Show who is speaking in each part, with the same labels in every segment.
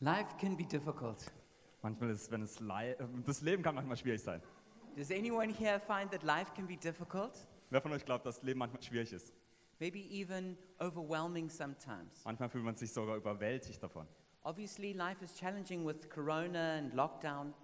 Speaker 1: Life can be difficult.
Speaker 2: Manchmal ist, wenn es lei- äh, das Leben kann manchmal schwierig sein.
Speaker 1: Does anyone here find that life can be difficult?
Speaker 2: Wer von euch glaubt, dass das Leben manchmal schwierig ist?
Speaker 1: Maybe even overwhelming sometimes.
Speaker 2: Manchmal fühlt man sich sogar überwältigt davon.
Speaker 1: Obviously, life is challenging with corona and lockdown,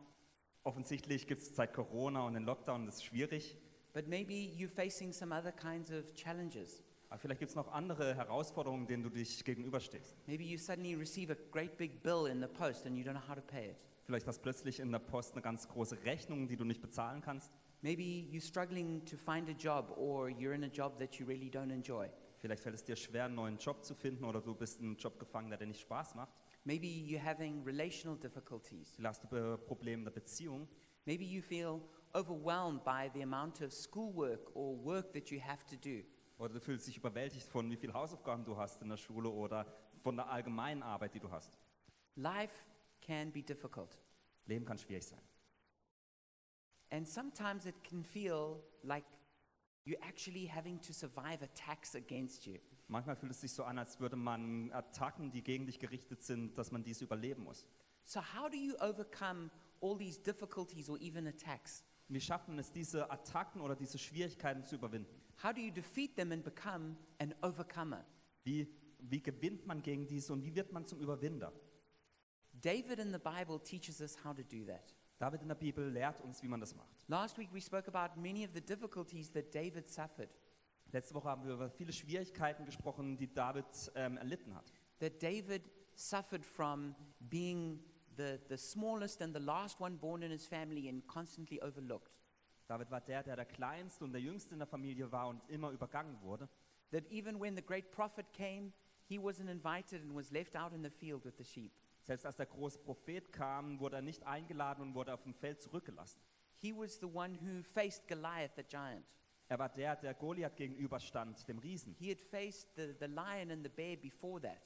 Speaker 2: Offensichtlich gibt es seit Corona und den Lockdown, das ist schwierig.
Speaker 1: but maybe you're facing some other kinds of challenges.
Speaker 2: Aber vielleicht gibt es noch andere Herausforderungen, denen du dich gegenüberstehst.
Speaker 1: Maybe you suddenly receive a great big bill in the post and you don't know how to pay it.
Speaker 2: Vielleicht hast du plötzlich in der Post eine ganz große Rechnung, die du nicht bezahlen kannst.
Speaker 1: Maybe you're struggling to find a job or you're in a job that you really don't enjoy.
Speaker 2: Vielleicht fällt es dir schwer, einen neuen Job zu finden oder du bist in einem Job gefangen, der dir nicht Spaß macht.
Speaker 1: Maybe you're having relational difficulties.
Speaker 2: Vielleicht hast du äh, Probleme in der Beziehung.
Speaker 1: Maybe you feel overwhelmed by the amount of schoolwork or work that you have to do.
Speaker 2: Oder du fühlst dich überwältigt von, wie viele Hausaufgaben du hast in der Schule oder von der allgemeinen Arbeit, die du hast.
Speaker 1: Life can be difficult,
Speaker 2: Leben kann schwierig sein.
Speaker 1: and sometimes it can feel like you're actually having to survive attacks against you.
Speaker 2: Manchmal fühlt es sich so an, als würde man Attacken, die gegen dich gerichtet sind, dass man diese überleben muss.
Speaker 1: So, how do you overcome all these difficulties or even attacks?
Speaker 2: Wie schafft man es, diese Attacken oder diese Schwierigkeiten zu überwinden?
Speaker 1: How do you defeat them and become an overcomer?
Speaker 2: Wie, wie gewinnt man gegen diese und wie wird man zum Überwinder?
Speaker 1: David in the Bible teaches us how to do that.
Speaker 2: David in der Bibel lehrt uns, wie man das macht.
Speaker 1: Last week we spoke about many of the difficulties that David suffered,
Speaker 2: Letzte Woche haben wir über viele Schwierigkeiten gesprochen, die David ähm, erlitten hat.
Speaker 1: that David suffered from being the, the smallest and the last one born in his family and constantly overlooked.
Speaker 2: David war der, der der Kleinste und der Jüngste in der Familie war und immer übergangen wurde.
Speaker 1: that even when the great prophet came, he wasn't invited and was left out in the field with the sheep.
Speaker 2: Selbst als der große Prophet kam, wurde er nicht eingeladen und wurde auf dem Feld zurückgelassen.
Speaker 1: He was the one who faced Goliath, the giant.
Speaker 2: Er war der, der Goliath gegenüberstand, dem Riesen.
Speaker 1: He had faced the, the lion and the bear before that.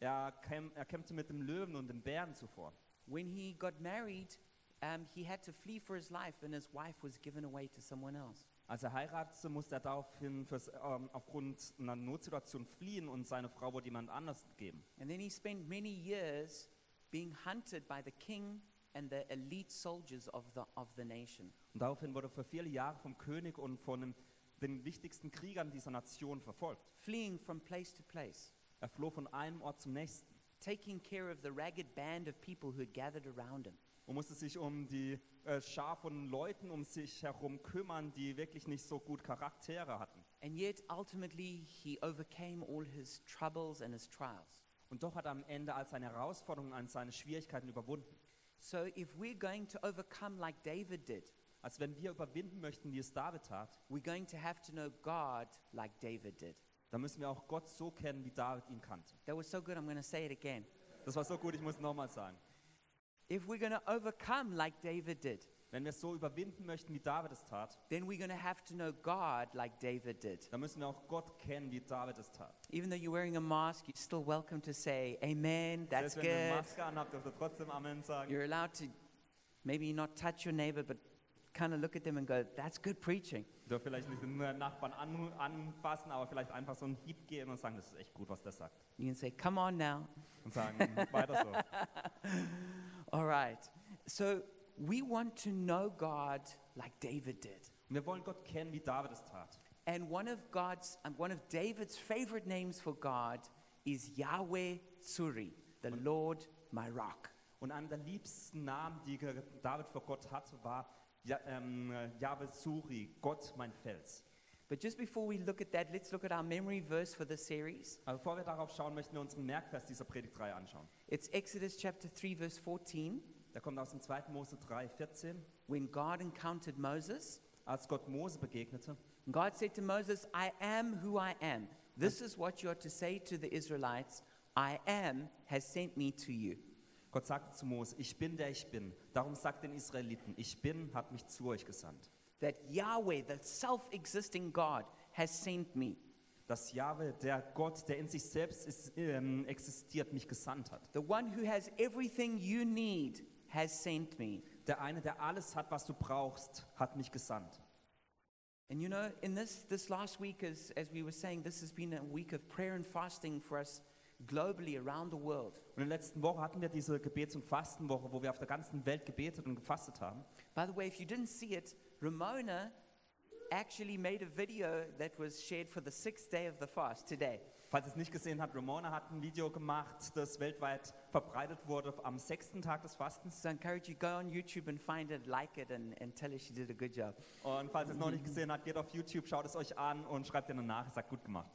Speaker 2: Er, käm, er kämpfte mit dem Löwen und dem Bären zuvor.
Speaker 1: When he got married, um, he had to flee for his life, and his wife was given away to someone else.
Speaker 2: Als er heiratete, musste er daraufhin fürs, ähm, aufgrund einer Notsituation fliehen und seine Frau wurde jemand anders gegeben.
Speaker 1: And then he spent many years being hunted by the king and the elite soldiers of the, of the nation.
Speaker 2: Und daraufhin wurde er für viele Jahre vom König und von dem, den wichtigsten Kriegern dieser Nation verfolgt.
Speaker 1: Fleeing from place to place,
Speaker 2: Er floh von einem Ort zum nächsten
Speaker 1: taking care of the ragged band of people who had gathered around him.
Speaker 2: und musste sich um die äh, Schar von Leuten um sich herum kümmern, die wirklich nicht so gut Charaktere hatten.
Speaker 1: And yet, ultimately, he overcame all his troubles and his trials.
Speaker 2: Und doch hat er am Ende all seine Herausforderungen, all seine Schwierigkeiten überwunden.
Speaker 1: So, if we're going to overcome like David did,
Speaker 2: Als wenn wir überwinden möchten, wie es David tat,
Speaker 1: we're going to have to know God like David did.
Speaker 2: dann müssen wir auch Gott so kennen, wie David ihn kannte.
Speaker 1: That was so good, I'm going to say it again.
Speaker 2: Das war so gut, ich muss nochmal sagen.
Speaker 1: If we're going to overcome like David did,
Speaker 2: Wenn wir es so überwinden möchten, wie David es tat,
Speaker 1: then we're going to have to know God like David did.
Speaker 2: dann müssen wir auch Gott kennen, wie David es tat.
Speaker 1: Even though you're wearing a mask, you're still welcome to say, Amen, that's
Speaker 2: Selbst wenn ihr eine
Speaker 1: good.
Speaker 2: Maske anhabt, dürft ihr trotzdem Amen sagen.
Speaker 1: You're allowed to maybe not touch your neighbor, but kind of look at them and go, That's good preaching.
Speaker 2: Ihr dürft vielleicht nicht den äh, Nachbarn an, anfassen, aber vielleicht einfach so einen Hieb geben und sagen, das ist echt gut, was der sagt.
Speaker 1: You can say, Come on now.
Speaker 2: Und sagen, weiter so.
Speaker 1: All right. So we want to know God like David did.
Speaker 2: Und wir wollen Gott kennen, wie David es tat.
Speaker 1: And one of God's and one of David's favorite names for God is Yahweh Tsuri, the Lord my rock.
Speaker 2: Und einer der liebsten Namen, die ge- David vor Gott hatte, war ja, ähm, äh, Jahwe Suri, Gott mein Fels.
Speaker 1: But just before we look at that, let's look at our memory verse for this series.
Speaker 2: Aber bevor wir darauf schauen, möchten wir unseren Merkvers dieser Predigtreihe anschauen.
Speaker 1: It's Exodus chapter 3 verse 14
Speaker 2: Der kommt aus dem 2. Mose 3, 14.
Speaker 1: when God encountered Moses.
Speaker 2: Als Gott Mose begegnete,
Speaker 1: God said to Moses, I am who I am. This is what you are to say to the Israelites. I am has sent me to you.
Speaker 2: Gott sagte zu Mose, ich bin der ich bin. Darum sagt den Israeliten, ich bin, hat mich zu euch gesandt.
Speaker 1: that Yahweh, the self existing God, has sent me.
Speaker 2: Dass Jahwe, der Gott, der in sich selbst ist, ähm, existiert, mich gesandt hat.
Speaker 1: The one who has everything you need has sent me.
Speaker 2: Der eine, der alles hat, was du brauchst, hat mich gesandt.
Speaker 1: And you know, in this, this last week, as, as we were saying, this has been a week of prayer and fasting for us globally around the world.
Speaker 2: Und in der letzten Woche hatten wir diese Gebets- und Fastenwoche, wo wir auf der ganzen Welt gebetet und gefastet haben.
Speaker 1: By the way, if you didn't see it, Ramona actually made a video that was shared for the sixth day of the fast today.
Speaker 2: Falls ihr es nicht gesehen habt, Ramona hat ein Video gemacht, das weltweit verbreitet wurde am sechsten Tag des Fastens.
Speaker 1: So I encourage you, go on YouTube and find it, like it, and, and tell her she did a good job.
Speaker 2: Und falls ihr es noch nicht gesehen habt, geht auf YouTube, schaut es euch an und schreibt ihr eine Nachricht, sagt gut gemacht.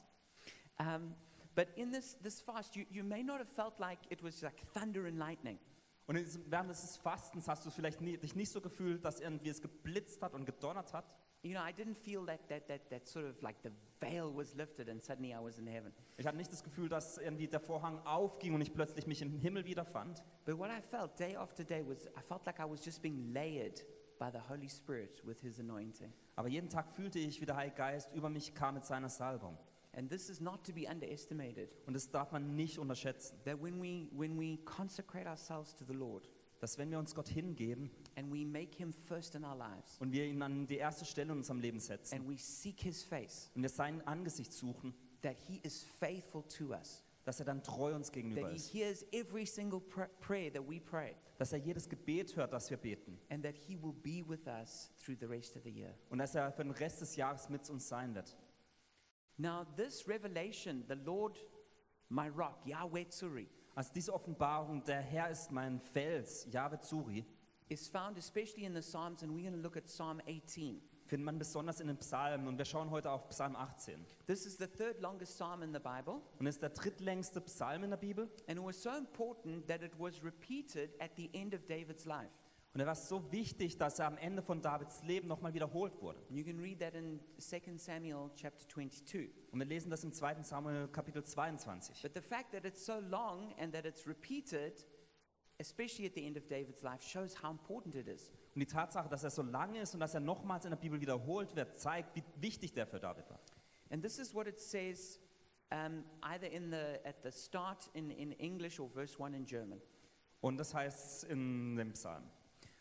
Speaker 1: Um, but in this, this fast, you, you may not have felt like it was like thunder and lightning.
Speaker 2: Und in diesem, während des Fastens hast du es vielleicht nie, dich nicht so gefühlt, dass irgendwie es geblitzt hat und gedonnert hat.
Speaker 1: You know, I didn't feel that, that, that, that sort of like the veil was lifted and suddenly I was in heaven.
Speaker 2: Ich hatte nicht das Gefühl, dass irgendwie der Vorhang aufging und ich plötzlich mich im Himmel wiederfand.
Speaker 1: But what I felt day after day was I felt like I was just being layered by the Holy Spirit with His anointing.
Speaker 2: Aber jeden Tag fühlte ich, wie der Heilige Geist über mich kam mit seiner Salbung.
Speaker 1: And this is not to be underestimated.
Speaker 2: Und das darf man nicht unterschätzen,
Speaker 1: That when we, when we consecrate ourselves to the Lord
Speaker 2: dass wenn wir uns Gott hingeben
Speaker 1: and we make Him first in our lives
Speaker 2: und wir ihn an die erste Stelle in unserem Leben setzen
Speaker 1: and we seek His face,
Speaker 2: und wir sein Angesicht suchen,
Speaker 1: that He is faithful to us,
Speaker 2: dass er dann treu uns
Speaker 1: that
Speaker 2: gegenüber
Speaker 1: He
Speaker 2: ist,
Speaker 1: hears every single pr- prayer that we pray,
Speaker 2: dass er jedes Gebet hört, das wir beten
Speaker 1: and that He will be with us through the rest of the year.
Speaker 2: und dass er für den Rest des Jahres mit uns sein wird.
Speaker 1: Now, this revelation, the Lord, my rock, Yahweh Tsuri,
Speaker 2: Also diese Offenbarung, der Herr ist mein Fels, Jahwe Zuri,
Speaker 1: is found especially in the Psalms, and we're going to look at Psalm 18.
Speaker 2: findet man besonders in den Psalmen und wir schauen heute auf Psalm 18.
Speaker 1: This is the third longest psalm in the Bible,
Speaker 2: Und es ist der drittlängste Psalm in der Bibel
Speaker 1: and it was so important that it was repeated at the end of David's life.
Speaker 2: und er war so wichtig, dass er am Ende von Davids Leben nochmal wiederholt wurde.
Speaker 1: And you can read that in 2 Samuel chapter 22.
Speaker 2: Und wir lesen das im 2. Samuel Kapitel 22.
Speaker 1: But the fact that it's so long and that it's repeated, especially at the end of David's life, shows how important it is.
Speaker 2: Und die Tatsache, dass er so lang ist und dass er nochmals in der Bibel wiederholt wird, zeigt, wie wichtig der für David war.
Speaker 1: And this is what it says um, either in the, at the start in, in English or verse 1 in German.
Speaker 2: Und das heißt in dem Psalm.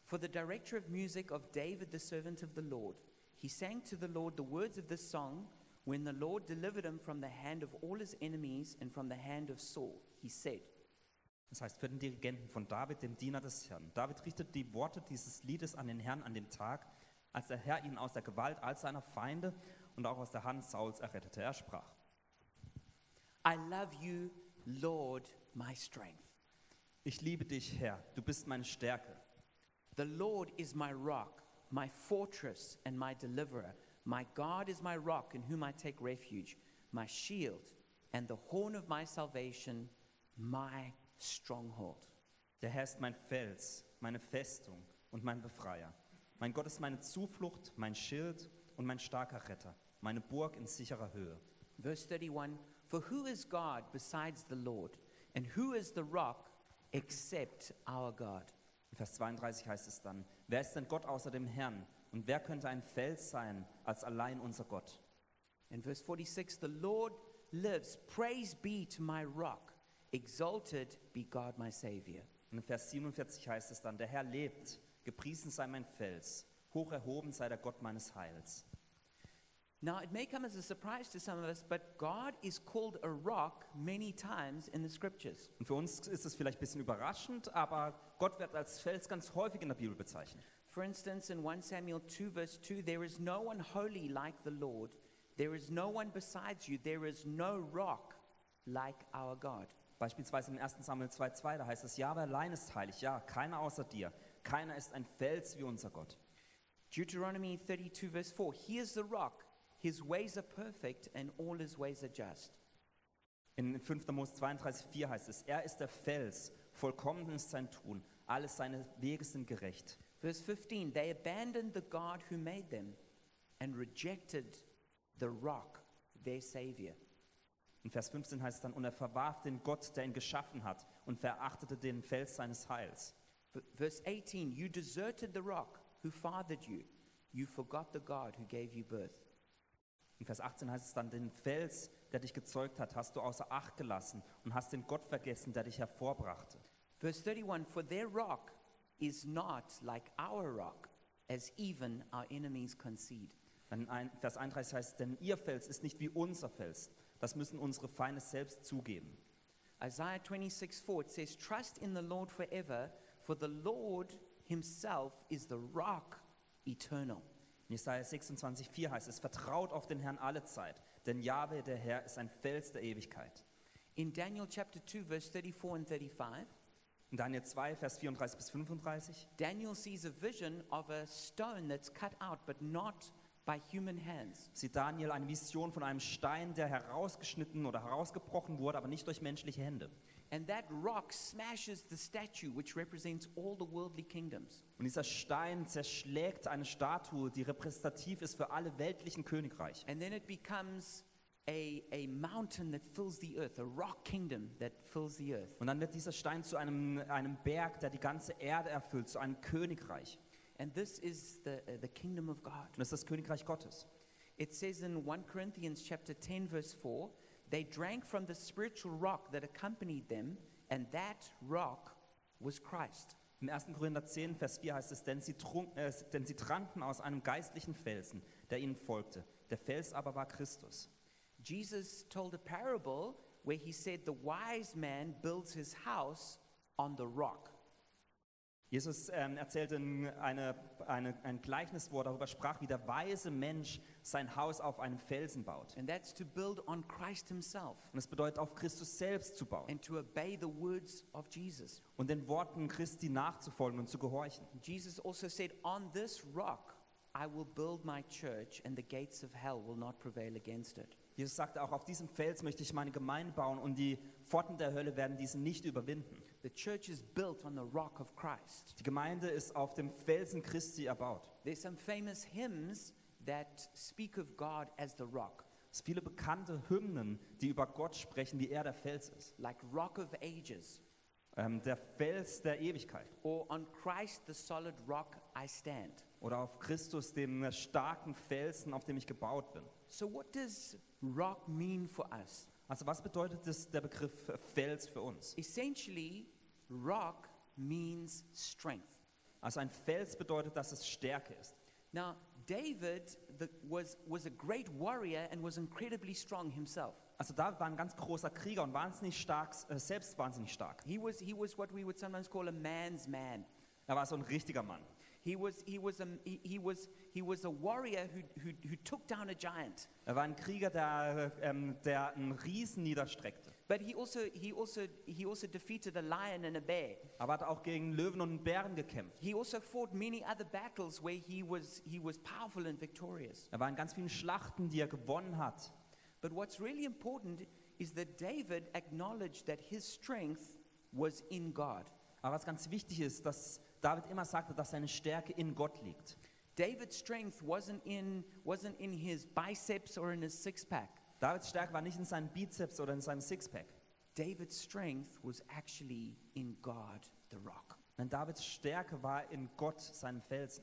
Speaker 1: For the director of music of David, the servant of the Lord, he sang to the Lord the words of this song when the Lord delivered him from the hand of all his enemies and from the hand of Saul. He said,
Speaker 2: Das heißt, für den Dirigenten von David, dem Diener des Herrn. David richtet die Worte dieses Liedes an den Herrn an dem Tag, als der Herr ihn aus der Gewalt all seiner Feinde und auch aus der Hand Sauls errettete. Er sprach,
Speaker 1: I love you, Lord, my strength.
Speaker 2: ich liebe dich, Herr, du bist meine Stärke.
Speaker 1: The Lord is my rock, my fortress, and my deliverer. My God is my rock in whom I take refuge, my shield, and the horn of my salvation, my stronghold.
Speaker 2: Der Herr ist mein Fels, meine Festung und mein Befreier. Mein Gott ist meine Zuflucht, mein Schild und mein starker Retter, meine Burg in sicherer Höhe.
Speaker 1: Verse 31 For who is God besides the Lord? And who is the rock except our God?
Speaker 2: In Vers 32 heißt es dann, wer ist denn Gott außer dem Herrn? Und wer könnte ein Fels sein als allein unser Gott?
Speaker 1: And verse 46 The Lord lives. Praise be to my rock. Exalted be God, my Savior.
Speaker 2: Und in Vers 47 heißt es dann, der Herr lebt, gepriesen sei mein Fels, hoch erhoben sei der Gott meines Heils.
Speaker 1: Now, it may come as a surprise to some of us, but God is called a rock many times in the scriptures.
Speaker 2: Und für uns ist es vielleicht ein bisschen überraschend, aber Gott wird als Fels ganz häufig in der Bibel bezeichnet.
Speaker 1: For instance, in 1 Samuel 2, verse 2, there is no one holy like the Lord. There is no one besides you. There is no rock like our God.
Speaker 2: Beispielsweise im 1. Samuel 2,2, da heißt es, Jahwe allein ist heilig, ja, keiner außer dir. Keiner ist ein Fels wie unser Gott.
Speaker 1: Deuteronomy 32, verse 4 He is the rock, his ways are perfect, and all his ways are just.
Speaker 2: In 5. Mose 32,4 heißt es, er ist der Fels, vollkommen ist sein Tun, alles seine Wege sind gerecht.
Speaker 1: Verse 15 They abandoned the God who made them and rejected the rock, their Savior.
Speaker 2: In Vers 15 heißt es dann, und er verwarf den Gott, der ihn geschaffen hat, und verachtete den Fels seines Heils.
Speaker 1: V- Verse 18 You deserted the rock who fathered you, you forgot the God who gave you birth.
Speaker 2: In Vers 18 heißt es dann, den Fels, der dich gezeugt hat, hast du außer Acht gelassen und hast den Gott vergessen, der dich hervorbrachte.
Speaker 1: Verse 31 For their rock is not like our rock, as even our enemies concede.
Speaker 2: Dann in ein- Vers 31 heißt es, denn ihr Fels ist nicht wie unser Fels. Das müssen unsere Feinde selbst zugeben.
Speaker 1: Isaiah 26, 4, it says, Trust in the Lord forever, for the Lord himself is the rock eternal.
Speaker 2: In Jesaja 26,4 heißt es: Vertraut auf den Herrn alle Zeit, denn Jahwe, der Herr, ist ein Fels der Ewigkeit.
Speaker 1: In Daniel chapter 2, verse 34 and 35,
Speaker 2: In Daniel 2, Vers 34 bis 35,
Speaker 1: Daniel sees a vision of a stone that's cut out, but not by human hands.
Speaker 2: sieht Daniel eine Vision von einem Stein, der herausgeschnitten oder herausgebrochen wurde, aber nicht durch menschliche Hände.
Speaker 1: And that rock smashes the statue, which represents all the worldly kingdoms.
Speaker 2: Und dieser Stein zerschlägt eine Statue, die repräsentativ ist für alle weltlichen Königreiche.
Speaker 1: And then it becomes a, a mountain that fills the earth, a rock kingdom that fills the earth.
Speaker 2: Und dann wird dieser Stein zu einem, einem Berg, der die ganze Erde erfüllt, zu einem Königreich.
Speaker 1: And this is the, uh, the kingdom of God.
Speaker 2: Und das ist das Königreich Gottes.
Speaker 1: It says in 1 Corinthians chapter 10 verse 4, they drank from the spiritual rock that accompanied them, and that rock was Christ.
Speaker 2: Im 1. Korinther 10, Vers 4 heißt es, denn sie, trunk, äh, denn sie tranken aus einem geistlichen Felsen, der ihnen folgte. Der Fels aber war Christus.
Speaker 1: Jesus told a parable where he said the wise man builds his house on the rock.
Speaker 2: Jesus ähm, erzählte ein- eine, eine, ein Gleichnis, wo er darüber sprach, wie der weise Mensch sein Haus auf einem Felsen baut.
Speaker 1: And that's to build on Christ himself
Speaker 2: Und es bedeutet, auf Christus selbst zu bauen
Speaker 1: and to obey the words of Jesus.
Speaker 2: und den Worten Christi nachzufolgen und zu gehorchen.
Speaker 1: Jesus also said, On this rock I will build my church, and the gates of hell will not prevail against it.
Speaker 2: Jesus sagte auch, auf diesem Fels möchte ich meine Gemeinde bauen und die Pforten der Hölle werden diesen nicht überwinden.
Speaker 1: The church is built on the rock of Christ.
Speaker 2: Die Gemeinde ist auf dem Felsen Christi erbaut.
Speaker 1: There's some famous hymns that speak of God as the rock,
Speaker 2: Es gibt viele bekannte Hymnen, die über Gott sprechen, wie er der Fels ist.
Speaker 1: like Rock of Ages
Speaker 2: Ähm, der Fels der Ewigkeit.
Speaker 1: or On Christ the Solid Rock I Stand.
Speaker 2: Oder auf Christus, dem starken Felsen, auf dem ich gebaut bin.
Speaker 1: So, what does rock mean for us?
Speaker 2: Also was bedeutet das, der Begriff äh, Fels für uns?
Speaker 1: Essentially, rock means strength.
Speaker 2: Also ein Fels bedeutet, dass es Stärke ist.
Speaker 1: Now, David the, was, was a great warrior and was incredibly strong himself.
Speaker 2: Also David war ein ganz großer Krieger und wahnsinnig stark, äh, selbst wahnsinnig stark.
Speaker 1: He was, he was what we would sometimes call a man's man.
Speaker 2: Er war so ein richtiger Mann.
Speaker 1: He was, he was, a, he, he was, he was a warrior who, who, who took down a giant.
Speaker 2: Er war ein Krieger, der, äh, ähm, der einen Riesen niederstreckte.
Speaker 1: But he also, he, also, he also defeated a lion and a bear.
Speaker 2: Aber hat auch gegen Löwen und Bären gekämpft.
Speaker 1: He also fought many other battles where he was, he was powerful and victorious.
Speaker 2: Er war in ganz vielen Schlachten, die er gewonnen hat.
Speaker 1: But what's really important is that David acknowledged that his strength was in God.
Speaker 2: Aber was ganz wichtig ist, dass David immer sagte, dass seine Stärke in Gott liegt.
Speaker 1: David's strength wasn't in, wasn't in his biceps or in his six pack.
Speaker 2: Davids Stärke war nicht in seinem Bizeps oder in seinem Sixpack.
Speaker 1: David's strength was actually in God, the rock.
Speaker 2: Denn Davids Stärke war in Gott, seinem Felsen.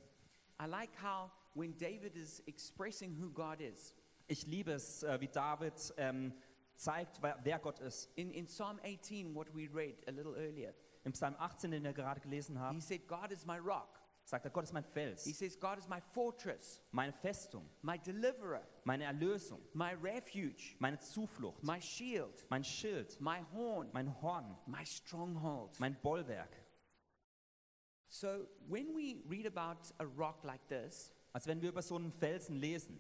Speaker 1: I like how when David is expressing who God is,
Speaker 2: Ich liebe es, äh, wie David ähm, zeigt, wer wer Gott ist.
Speaker 1: in, in Psalm 18, what we read a little earlier,
Speaker 2: Im Psalm 18, den wir gerade gelesen haben,
Speaker 1: he said, God is my rock.
Speaker 2: sagt er, Gott ist mein
Speaker 1: He
Speaker 2: Fels,
Speaker 1: says, God is my fortress,
Speaker 2: meine Festung,
Speaker 1: my deliverer,
Speaker 2: meine Erlösung,
Speaker 1: my refuge,
Speaker 2: meine Zuflucht,
Speaker 1: my shield,
Speaker 2: mein Schild,
Speaker 1: my horn,
Speaker 2: mein Horn,
Speaker 1: my stronghold.
Speaker 2: mein Bollwerk.
Speaker 1: So when we read about a rock like this,
Speaker 2: Als wenn wir über so einen Felsen lesen.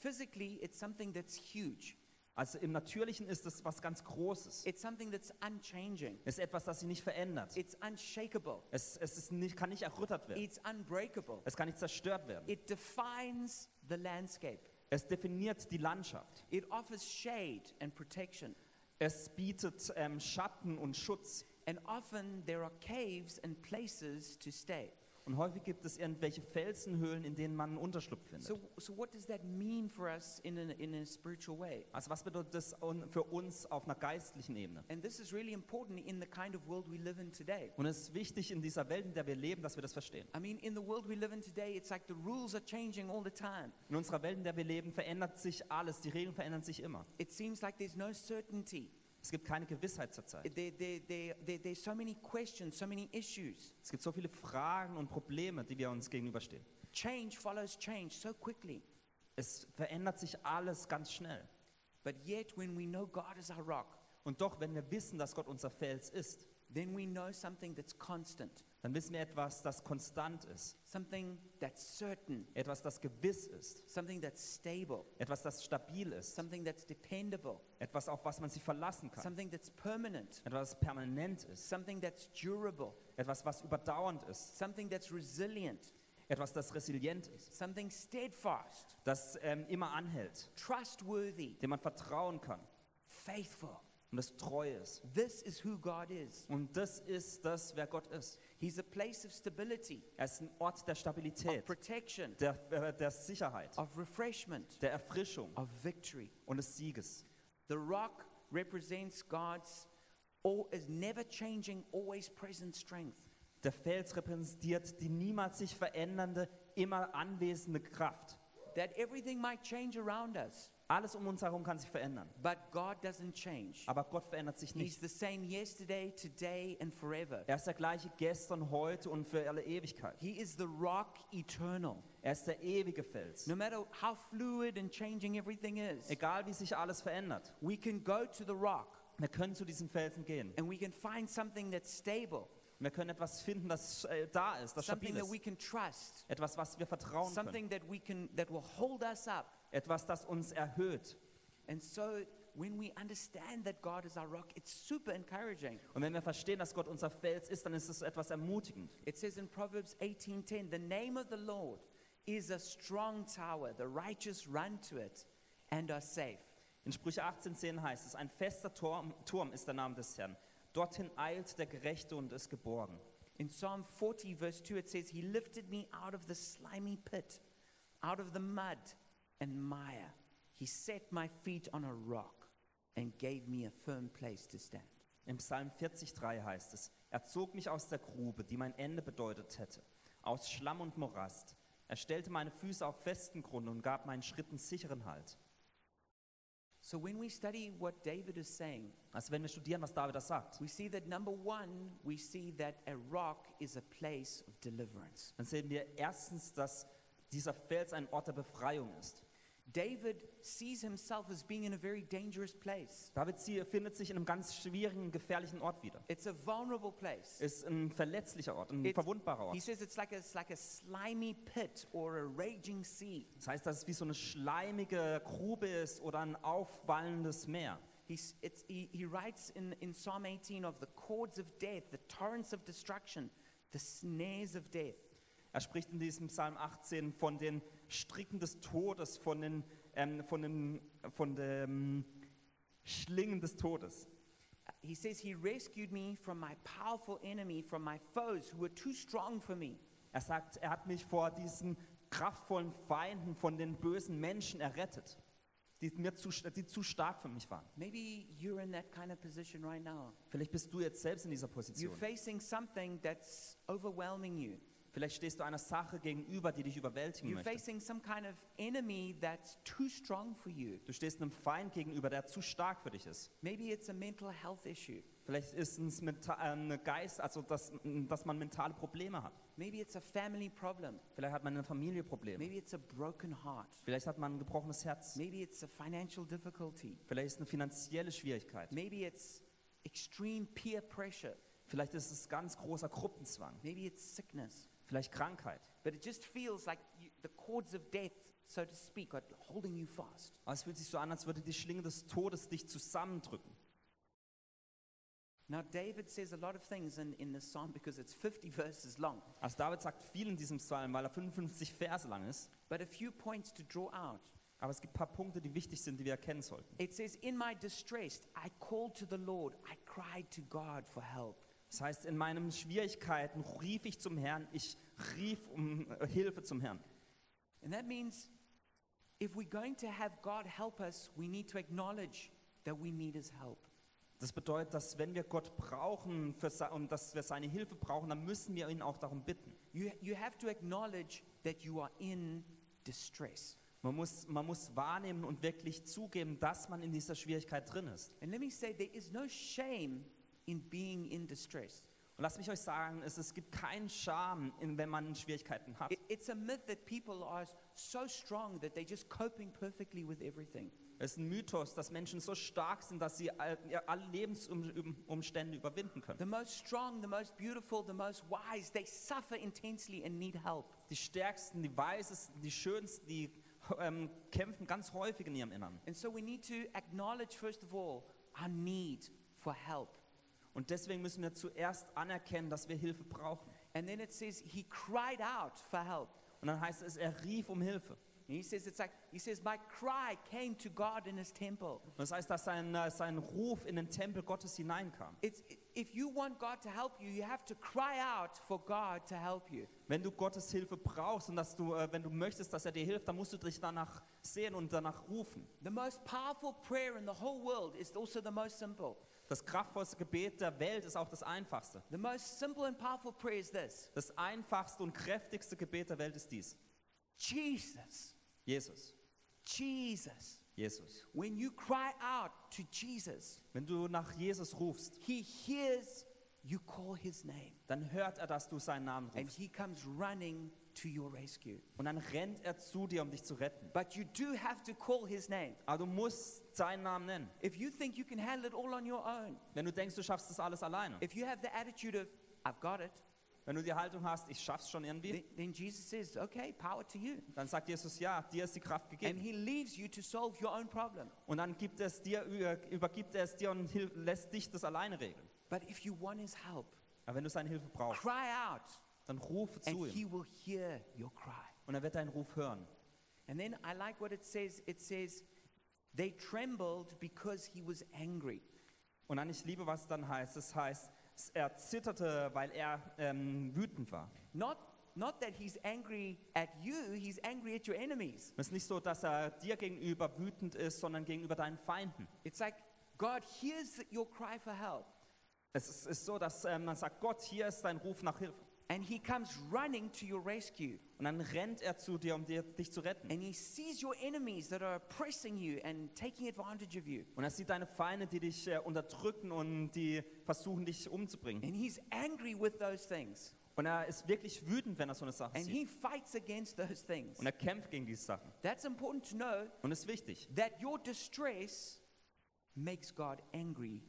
Speaker 1: physically it's something that's huge.
Speaker 2: Also im Natürlichen ist es was ganz Großes.
Speaker 1: It's something that's unchanging.
Speaker 2: Es ist etwas, das sich nicht verändert.
Speaker 1: It's unshakable.
Speaker 2: Es, es ist nicht, kann nicht errüttert werden.
Speaker 1: It's unbreakable.
Speaker 2: Es kann nicht zerstört werden.
Speaker 1: It defines the landscape.
Speaker 2: Es definiert die Landschaft.
Speaker 1: It offers shade and protection.
Speaker 2: Es bietet ähm, Schatten und Schutz.
Speaker 1: And often there are caves and places to stay.
Speaker 2: Und häufig gibt es irgendwelche Felsenhöhlen, in denen man einen Unterschlupf findet.
Speaker 1: So, so what does that mean for us in a, in a spiritual way?
Speaker 2: Also was bedeutet das un- für uns auf einer geistlichen Ebene?
Speaker 1: And this is really important in the kind of world we live in today.
Speaker 2: Und es ist wichtig in dieser Welt, in der wir leben, dass wir das verstehen.
Speaker 1: I mean, in the world we live in today, it's like the rules are changing all the time.
Speaker 2: In unserer Welt, in der wir leben, verändert sich alles. Die Regeln verändern sich immer.
Speaker 1: It seems like there's no certainty.
Speaker 2: Es gibt keine Gewissheit zurzeit.
Speaker 1: There, there, there, there, there's so many questions, so many issues.
Speaker 2: Es gibt so viele Fragen und Probleme, die wir uns gegenüberstehen.
Speaker 1: Change follows change so quickly.
Speaker 2: Es verändert sich alles ganz schnell.
Speaker 1: But yet, when we know God is our rock,
Speaker 2: Und doch, wenn wir wissen, dass Gott unser Fels ist,
Speaker 1: then we know something that's constant,
Speaker 2: dann wissen wir etwas, das konstant ist,
Speaker 1: something that's certain,
Speaker 2: etwas, das gewiss ist,
Speaker 1: something that's stable,
Speaker 2: etwas, das stabil ist,
Speaker 1: something that's dependable,
Speaker 2: etwas, auf was man sich verlassen kann,
Speaker 1: something that's permanent,
Speaker 2: etwas, das permanent ist,
Speaker 1: something that's durable,
Speaker 2: etwas, was überdauernd ist,
Speaker 1: something that's resilient,
Speaker 2: etwas, das resilient ist,
Speaker 1: something steadfast,
Speaker 2: das ähm, immer anhält,
Speaker 1: trustworthy,
Speaker 2: dem man vertrauen kann
Speaker 1: faithful.
Speaker 2: und das treu ist.
Speaker 1: This is who God is.
Speaker 2: Und das ist das, wer Gott ist.
Speaker 1: He's a place of stability,
Speaker 2: Er ist ein Ort der Stabilität,
Speaker 1: of protection,
Speaker 2: der, äh, der Sicherheit,
Speaker 1: of refreshment,
Speaker 2: der Erfrischung
Speaker 1: of victory.
Speaker 2: und des Sieges.
Speaker 1: The rock represents God's all is never changing, always present strength.
Speaker 2: Der Fels repräsentiert die niemals sich verändernde, immer anwesende Kraft.
Speaker 1: That everything might change around us,
Speaker 2: Alles um uns herum kann sich verändern,
Speaker 1: but God doesn't change.
Speaker 2: aber Gott verändert sich
Speaker 1: He's
Speaker 2: nicht.
Speaker 1: the same yesterday, today, and forever.
Speaker 2: Er ist der gleiche gestern, heute und für alle Ewigkeit.
Speaker 1: He is the rock eternal.
Speaker 2: Er ist der ewige Fels.
Speaker 1: No matter how fluid and changing everything is,
Speaker 2: Egal wie sich alles verändert,
Speaker 1: we can go to the rock
Speaker 2: wir können zu diesem Felsen gehen.
Speaker 1: and we can find something that's stable,
Speaker 2: Wir können etwas finden, das äh, da ist, das
Speaker 1: something
Speaker 2: stabil
Speaker 1: that we
Speaker 2: ist.
Speaker 1: can trust,
Speaker 2: Etwas, was wir vertrauen können.
Speaker 1: something that we can that will hold us up.
Speaker 2: Etwas, das uns erhöht.
Speaker 1: And so when we understand that God is our rock, it's super encouraging.
Speaker 2: Und wenn wir verstehen, dass Gott unser Fels ist, dann ist es etwas ermutigend.
Speaker 1: It says in Proverbs 18:10, "The name of the Lord is a strong tower; the righteous run to it and are safe."
Speaker 2: In Sprüche 18,10 heißt es: Ein fester Turm, Turm ist der Name des Herrn. Dorthin eilt der Gerechte und ist geborgen.
Speaker 1: In Psalm 40 verse 2 it says, "He lifted me out of the slimy pit, out of the mud and mire. He set my feet on a rock and gave me a firm place to stand."
Speaker 2: Im Psalm 40,3 heißt es: Er zog mich aus der Grube, die mein Ende bedeutet hätte, aus Schlamm und Morast. Er stellte meine Füße auf festen Grund und gab meinen Schritten sicheren Halt.
Speaker 1: So when we study what David is saying,
Speaker 2: Also, wenn wir studieren, was David da sagt,
Speaker 1: we see that number 1, we see that a rock is a place of deliverance.
Speaker 2: dann sehen wir erstens, dass dieser Fels ein Ort der Befreiung ist.
Speaker 1: David sees himself as being in a very dangerous place.
Speaker 2: David sie- findet sich in einem ganz schwierigen, gefährlichen Ort wieder.
Speaker 1: It's a vulnerable place.
Speaker 2: Ist ein verletzlicher Ort, ein
Speaker 1: It's-
Speaker 2: verwundbarer Ort.
Speaker 1: He says it's like a, it's like a slimy pit or a raging sea.
Speaker 2: Das heißt, dass es wie so eine schleimige Grube ist oder ein aufwallendes Meer.
Speaker 1: He's, it's, he, he writes in, in Psalm 18 of the cords of death, the torrents of destruction, the snares of death.
Speaker 2: Er spricht in diesem Psalm 18 von den Stricken des Todes, von, den, ähm, von, dem, von dem Schlingen des Todes.
Speaker 1: Uh, He says, He rescued me from my powerful enemy, from my foes who were too strong for me.
Speaker 2: Er sagt, er hat mich vor diesen kraftvollen Feinden, von den bösen Menschen errettet, die, mir zu, die zu stark für mich waren.
Speaker 1: Maybe you're in that kind of position right now.
Speaker 2: Vielleicht bist du jetzt selbst in dieser
Speaker 1: You're
Speaker 2: Position.
Speaker 1: facing something that's overwhelming you.
Speaker 2: Vielleicht stehst du einer Sache gegenüber, die dich überwältigen
Speaker 1: You're
Speaker 2: möchte.
Speaker 1: facing some kind of enemy that's too strong for you.
Speaker 2: Du stehst einem Feind gegenüber, der zu stark für dich ist.
Speaker 1: Maybe it's a mental health issue.
Speaker 2: Vielleicht ist es menta- äh, eine Geist, also dass, dass man mentale Probleme hat.
Speaker 1: Maybe it's a family problem.
Speaker 2: Vielleicht hat man eine Familie Probleme.
Speaker 1: Maybe it's a broken heart.
Speaker 2: Vielleicht hat man ein gebrochenes Herz.
Speaker 1: Maybe it's a financial difficulty.
Speaker 2: Vielleicht ist eine finanzielle Schwierigkeit.
Speaker 1: Maybe it's extreme peer pressure.
Speaker 2: Vielleicht ist es ganz großer Gruppenzwang.
Speaker 1: Maybe it's sickness.
Speaker 2: Vielleicht Krankheit.
Speaker 1: But it just feels like you, the cords of death, so to speak, are holding you fast.
Speaker 2: Aber es fühlt sich so an, als würde die Schlinge des Todes dich zusammendrücken.
Speaker 1: Now, David says a lot of things in, in this psalm because it's 50 verses long.
Speaker 2: Also David sagt viel in diesem Psalm, weil er 55 Verse lang ist.
Speaker 1: But a few points to draw out.
Speaker 2: Aber es gibt ein paar Punkte, die wichtig sind, die wir erkennen sollten.
Speaker 1: It says, In my distress, I called to the Lord. I cried to God for help.
Speaker 2: Das heißt, in meinen Schwierigkeiten rief ich zum Herrn. Ich rief um äh, Hilfe zum Herrn.
Speaker 1: And that means if we're going to have God help us, we need to acknowledge that we need his help.
Speaker 2: Das bedeutet, dass wenn wir Gott brauchen für se- und dass wir seine Hilfe brauchen, dann müssen wir ihn auch darum bitten.
Speaker 1: You, you have to acknowledge that you are in distress.
Speaker 2: Man muss, man muss wahrnehmen und wirklich zugeben, dass man in dieser Schwierigkeit drin ist.
Speaker 1: And let me say, there is no shame in being in distress.
Speaker 2: Und Und lasst mich euch sagen, es, es gibt keinen Charme, in- wenn man Schwierigkeiten hat.
Speaker 1: It, it's a myth that people are so strong that they're just coping perfectly with everything.
Speaker 2: Es ist ein Mythos, dass Menschen so stark sind, dass sie all- ja, alle Lebensumstände überwinden können.
Speaker 1: The most strong, the most beautiful, the most wise, they suffer intensely and need help.
Speaker 2: Die Stärksten, die Weisesten, die Schönsten, die ähm, kämpfen ganz häufig in ihrem Innern.
Speaker 1: And so we need to acknowledge, first of all, our need for help.
Speaker 2: Und deswegen müssen wir zuerst anerkennen, dass wir Hilfe brauchen.
Speaker 1: And then it says, He cried out for help.
Speaker 2: Und dann heißt es, er rief um Hilfe.
Speaker 1: And he says, It's like, He says, My cry came to God in His temple.
Speaker 2: Und das heißt, dass sein, äh, sein Ruf in den Tempel Gottes hineinkam.
Speaker 1: It's, if you want God to help you, you have to cry out for God to help you.
Speaker 2: Wenn du Gottes Hilfe brauchst und dass du, äh, wenn du möchtest, dass er dir hilft, dann musst du dich danach sehen und danach rufen.
Speaker 1: The most powerful prayer in the whole world is also the most simple.
Speaker 2: Das kraftvollste Gebet der Welt ist auch das einfachste.
Speaker 1: The most simple and powerful prayer is this
Speaker 2: Das einfachste und kräftigste Gebet der Welt ist dies.
Speaker 1: Jesus,
Speaker 2: Jesus,
Speaker 1: Jesus.
Speaker 2: Jesus.
Speaker 1: When you cry out to Jesus,
Speaker 2: Wenn du nach Jesus rufst,
Speaker 1: He hears you call His name.
Speaker 2: dann hört er, dass du seinen Namen
Speaker 1: and
Speaker 2: rufst.
Speaker 1: he comes running to your rescue.
Speaker 2: Und dann rennt er zu dir, um dich zu retten.
Speaker 1: But you do have to call his name.
Speaker 2: Aber du musst seinen Namen nennen.
Speaker 1: If you think you can handle it all on your own,
Speaker 2: Wenn du denkst, du schaffst das alles alleine.
Speaker 1: if you have the attitude of, I've got it,
Speaker 2: Wenn du die Haltung hast, ich schaff's schon
Speaker 1: then,
Speaker 2: irgendwie,
Speaker 1: then Jesus says, okay, power to you.
Speaker 2: dann sagt Jesus, ja, dir ist die Kraft
Speaker 1: And
Speaker 2: gegeben.
Speaker 1: he leaves you to solve your own problem.
Speaker 2: Und dann gibt es dir, übergibt er es dir und hilf, lässt dich das alleine regeln.
Speaker 1: But if you want his help,
Speaker 2: Aber wenn du seine Hilfe brauchst,
Speaker 1: cry out
Speaker 2: dann rufe
Speaker 1: and
Speaker 2: zu
Speaker 1: he
Speaker 2: ihm
Speaker 1: will hear your cry.
Speaker 2: und er wird deinen Ruf hören.
Speaker 1: And then I like what it says. It says, they trembled because he was angry.
Speaker 2: Und dann, ich liebe, was dann heißt. Das heißt, s- er zitterte, weil er ähm, wütend war.
Speaker 1: Not, not that he's angry at you, he's angry at your enemies.
Speaker 2: Es ist nicht so, dass er dir gegenüber wütend ist, sondern gegenüber deinen Feinden.
Speaker 1: It's like God hears your cry for help
Speaker 2: Es ist, ist so, dass äh, man sagt, Gott, hier ist dein Ruf nach Hilfe.
Speaker 1: and he comes running to your rescue
Speaker 2: Und dann rennt er zu dir, um dir, dich zu retten.
Speaker 1: and he sees your enemies that are oppressing you and taking advantage of you.
Speaker 2: Und er sieht deine Feinde, die dich äh, unterdrücken und die versuchen, dich umzubringen.
Speaker 1: And he's angry with those things
Speaker 2: Und er ist wirklich wütend, wenn er so eine Sache
Speaker 1: and
Speaker 2: sieht.
Speaker 1: he fights against those things.
Speaker 2: Und er kämpft gegen diese Sachen.
Speaker 1: That's important to know
Speaker 2: Und ist wichtig.
Speaker 1: that your distress makes God angry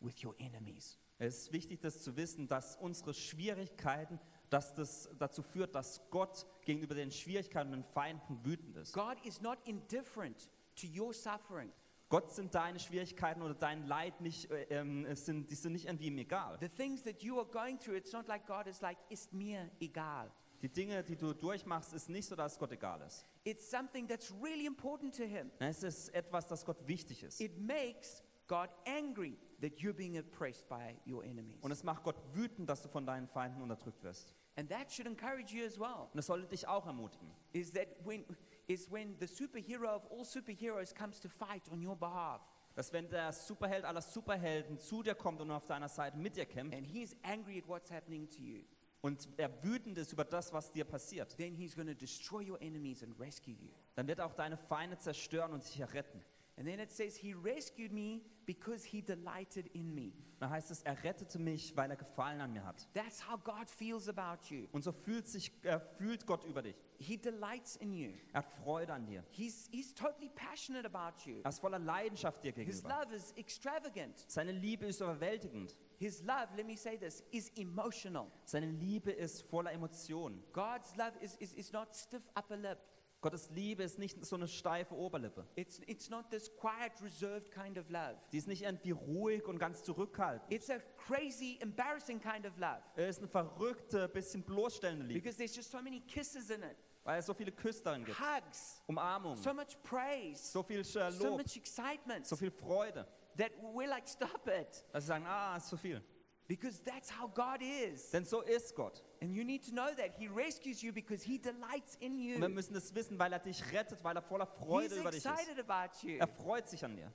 Speaker 1: with your enemies.
Speaker 2: Es ist wichtig, das zu wissen, dass unsere Schwierigkeiten, dass das dazu führt, dass Gott gegenüber den Schwierigkeiten und den Feinden wütend ist.
Speaker 1: God is not indifferent to your suffering.
Speaker 2: Gott sind deine Schwierigkeiten oder dein Leid nicht, äh, ähm, es sind, die sind nicht irgendwie ihm egal.
Speaker 1: The things that you are going through, it's not like God is like, ist mir egal.
Speaker 2: Die Dinge, die du durchmachst, ist nicht so, dass Gott egal ist.
Speaker 1: It's something that's really important to him.
Speaker 2: Es ist etwas, das Gott wichtig ist.
Speaker 1: It makes God angry that you're being oppressed by your enemies.
Speaker 2: Und es macht Gott wütend, dass du von deinen Feinden unterdrückt wirst.
Speaker 1: And that should encourage you as well.
Speaker 2: Und es sollte dich auch ermutigen.
Speaker 1: Is that when is when the superhero of all superheroes comes to fight on your behalf
Speaker 2: Dass wenn der Superheld aller Superhelden zu dir kommt und auf deiner Seite mit dir kämpft
Speaker 1: and he's angry at what's happening to you,
Speaker 2: und er wütend ist über das, was dir passiert,
Speaker 1: then he's going to destroy your enemies and rescue you.
Speaker 2: dann wird er auch deine Feinde zerstören und dich erretten.
Speaker 1: And then it says he rescued me because he delighted in me.
Speaker 2: Dann heißt es, er rettete mich, weil er Gefallen an mir hat.
Speaker 1: That's how God feels about you.
Speaker 2: Und so fühlt, sich, äh, fühlt Gott über dich.
Speaker 1: He delights in you.
Speaker 2: Er hat Freude an dir.
Speaker 1: He's he's totally passionate about you.
Speaker 2: Er ist voller Leidenschaft dir
Speaker 1: His
Speaker 2: gegenüber.
Speaker 1: love is extravagant.
Speaker 2: Seine Liebe ist überwältigend.
Speaker 1: His love, let me say this, is emotional.
Speaker 2: Seine Liebe ist voller Emotionen.
Speaker 1: God's love is, is, is not stiff upper lip.
Speaker 2: Gottes Liebe ist nicht so eine steife Oberlippe.
Speaker 1: It's, it's not this quiet, reserved kind of love.
Speaker 2: Die ist nicht irgendwie ruhig und ganz zurückhaltend.
Speaker 1: It's a crazy, embarrassing kind of love
Speaker 2: Es ist eine verrückte, bisschen bloßstellende Liebe,
Speaker 1: because there's just so many kisses in it,
Speaker 2: weil es so viele Küsse darin gibt.
Speaker 1: hugs,
Speaker 2: Umarmung,
Speaker 1: so much praise,
Speaker 2: Hmm. so viel äh,
Speaker 1: so
Speaker 2: Lob,
Speaker 1: much excitement
Speaker 2: so viel Freude.
Speaker 1: that we're like, stop it.
Speaker 2: Dass sie sagen, ah, ist zu viel.
Speaker 1: Because that's how God is.
Speaker 2: Denn so ist Gott.
Speaker 1: And you need to know that. He rescues you because He delights in
Speaker 2: Und wir
Speaker 1: you.
Speaker 2: müssen das wissen, weil er dich rettet, weil er voller Freude
Speaker 1: He's
Speaker 2: über dich ist.
Speaker 1: excited about you.
Speaker 2: Er freut sich an dir.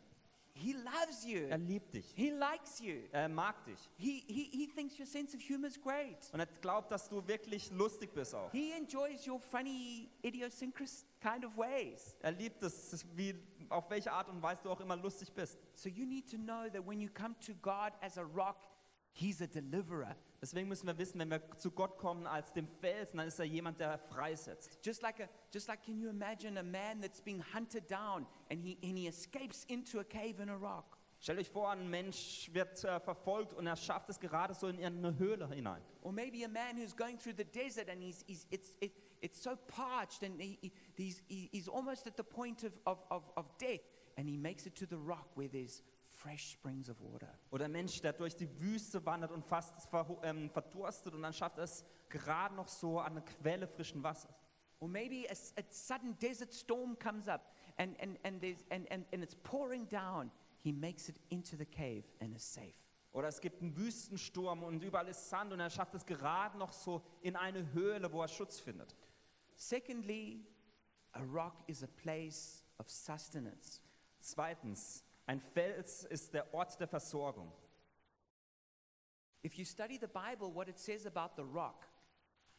Speaker 1: He loves
Speaker 2: Er
Speaker 1: you.
Speaker 2: liebt dich.
Speaker 1: He likes you.
Speaker 2: Er mag dich.
Speaker 1: He, he, he thinks your sense of humor is great.
Speaker 2: Und er glaubt, dass du wirklich lustig bist auch.
Speaker 1: He enjoys your funny, idiosyncras kind of ways.
Speaker 2: Er liebt es, wie, auf welche Art und Weise du auch immer lustig bist.
Speaker 1: So you need to know that when you come to God as a rock, He's a deliverer.
Speaker 2: Deswegen müssen wir wissen, wenn wir zu Gott kommen als dem Felsen, dann ist er jemand, der freisetzt.
Speaker 1: Just like, a, just like, can you imagine a man that's being hunted down and he, and he escapes into a cave in a rock?
Speaker 2: Stellt euch vor, ein Mensch wird äh, verfolgt und er schafft es gerade so in eine Höhle hinein.
Speaker 1: Or maybe a man who's going through the desert and he's, he's, it's, it, it's so parched and he, he- he's, he- he's almost at the point of, of, of, of death and he makes it to the rock where there's fresh springs of water.
Speaker 2: Oder ein Mensch, der durch die Wüste wandert und fast verho- ähm, verdurstet und dann schafft er es gerade noch so an eine Quelle frischen Wassers.
Speaker 1: Or maybe a, s- a sudden desert storm comes up and, and, and, there's, and, and, and it's pouring down. He makes it into the cave and is safe.
Speaker 2: Oder es gibt einen Wüstensturm und überall ist Sand und er schafft es gerade noch so in eine Höhle, wo er Schutz findet.
Speaker 1: Secondly, a rock is a place of sustenance.
Speaker 2: Zweitens, ein Fels ist der Ort der Versorgung.
Speaker 1: If you study the Bible, what it says about the rock,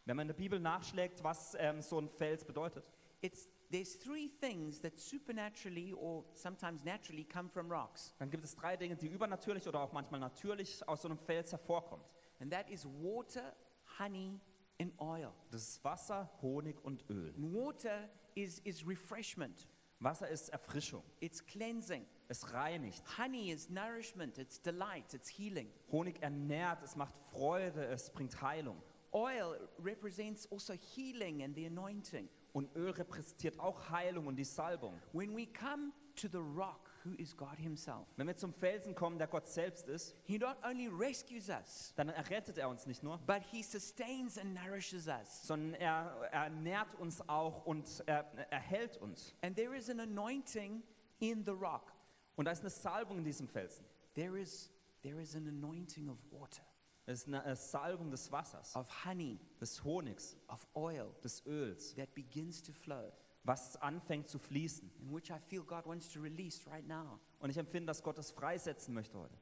Speaker 2: Wenn man in der Bibel nachschlägt, was ähm, so ein Fels bedeutet,
Speaker 1: it's, there's three things that supernaturally or sometimes naturally come from rocks,
Speaker 2: dann gibt es drei Dinge, die übernatürlich oder auch manchmal natürlich aus so einem Fels hervorkommt.
Speaker 1: and that is water, honey, and oil.
Speaker 2: Das ist Wasser, Honig und Öl.
Speaker 1: And water is, is refreshment,
Speaker 2: Wasser ist Erfrischung,
Speaker 1: it's cleansing.
Speaker 2: es reinigt.
Speaker 1: Honey is nourishment, it's delight, it's healing.
Speaker 2: Honig ernährt, es macht Freude, es bringt Heilung.
Speaker 1: Oil represents also healing and the anointing.
Speaker 2: Und Öl repräsentiert auch Heilung und die Salbung.
Speaker 1: When we come to the rock, who is God Himself,
Speaker 2: Wenn wir zum Felsen kommen, der Gott selbst ist,
Speaker 1: He not only rescues us,
Speaker 2: dann errettet er uns nicht nur,
Speaker 1: but He sustains and nourishes us.
Speaker 2: sondern er, er ernährt uns auch und er, er hält uns.
Speaker 1: And there is an anointing in the rock.
Speaker 2: Und da ist eine Salbung in diesem Felsen.
Speaker 1: There is, there is an anointing of water,
Speaker 2: Es ist eine äh, Salbung des Wassers,
Speaker 1: of honey,
Speaker 2: des Honigs,
Speaker 1: of oil
Speaker 2: des Öls,
Speaker 1: that begins to flow,
Speaker 2: was anfängt zu fließen.
Speaker 1: and which I feel God wants to release right now.
Speaker 2: Und ich empfinde, dass Gott es freisetzen möchte heute.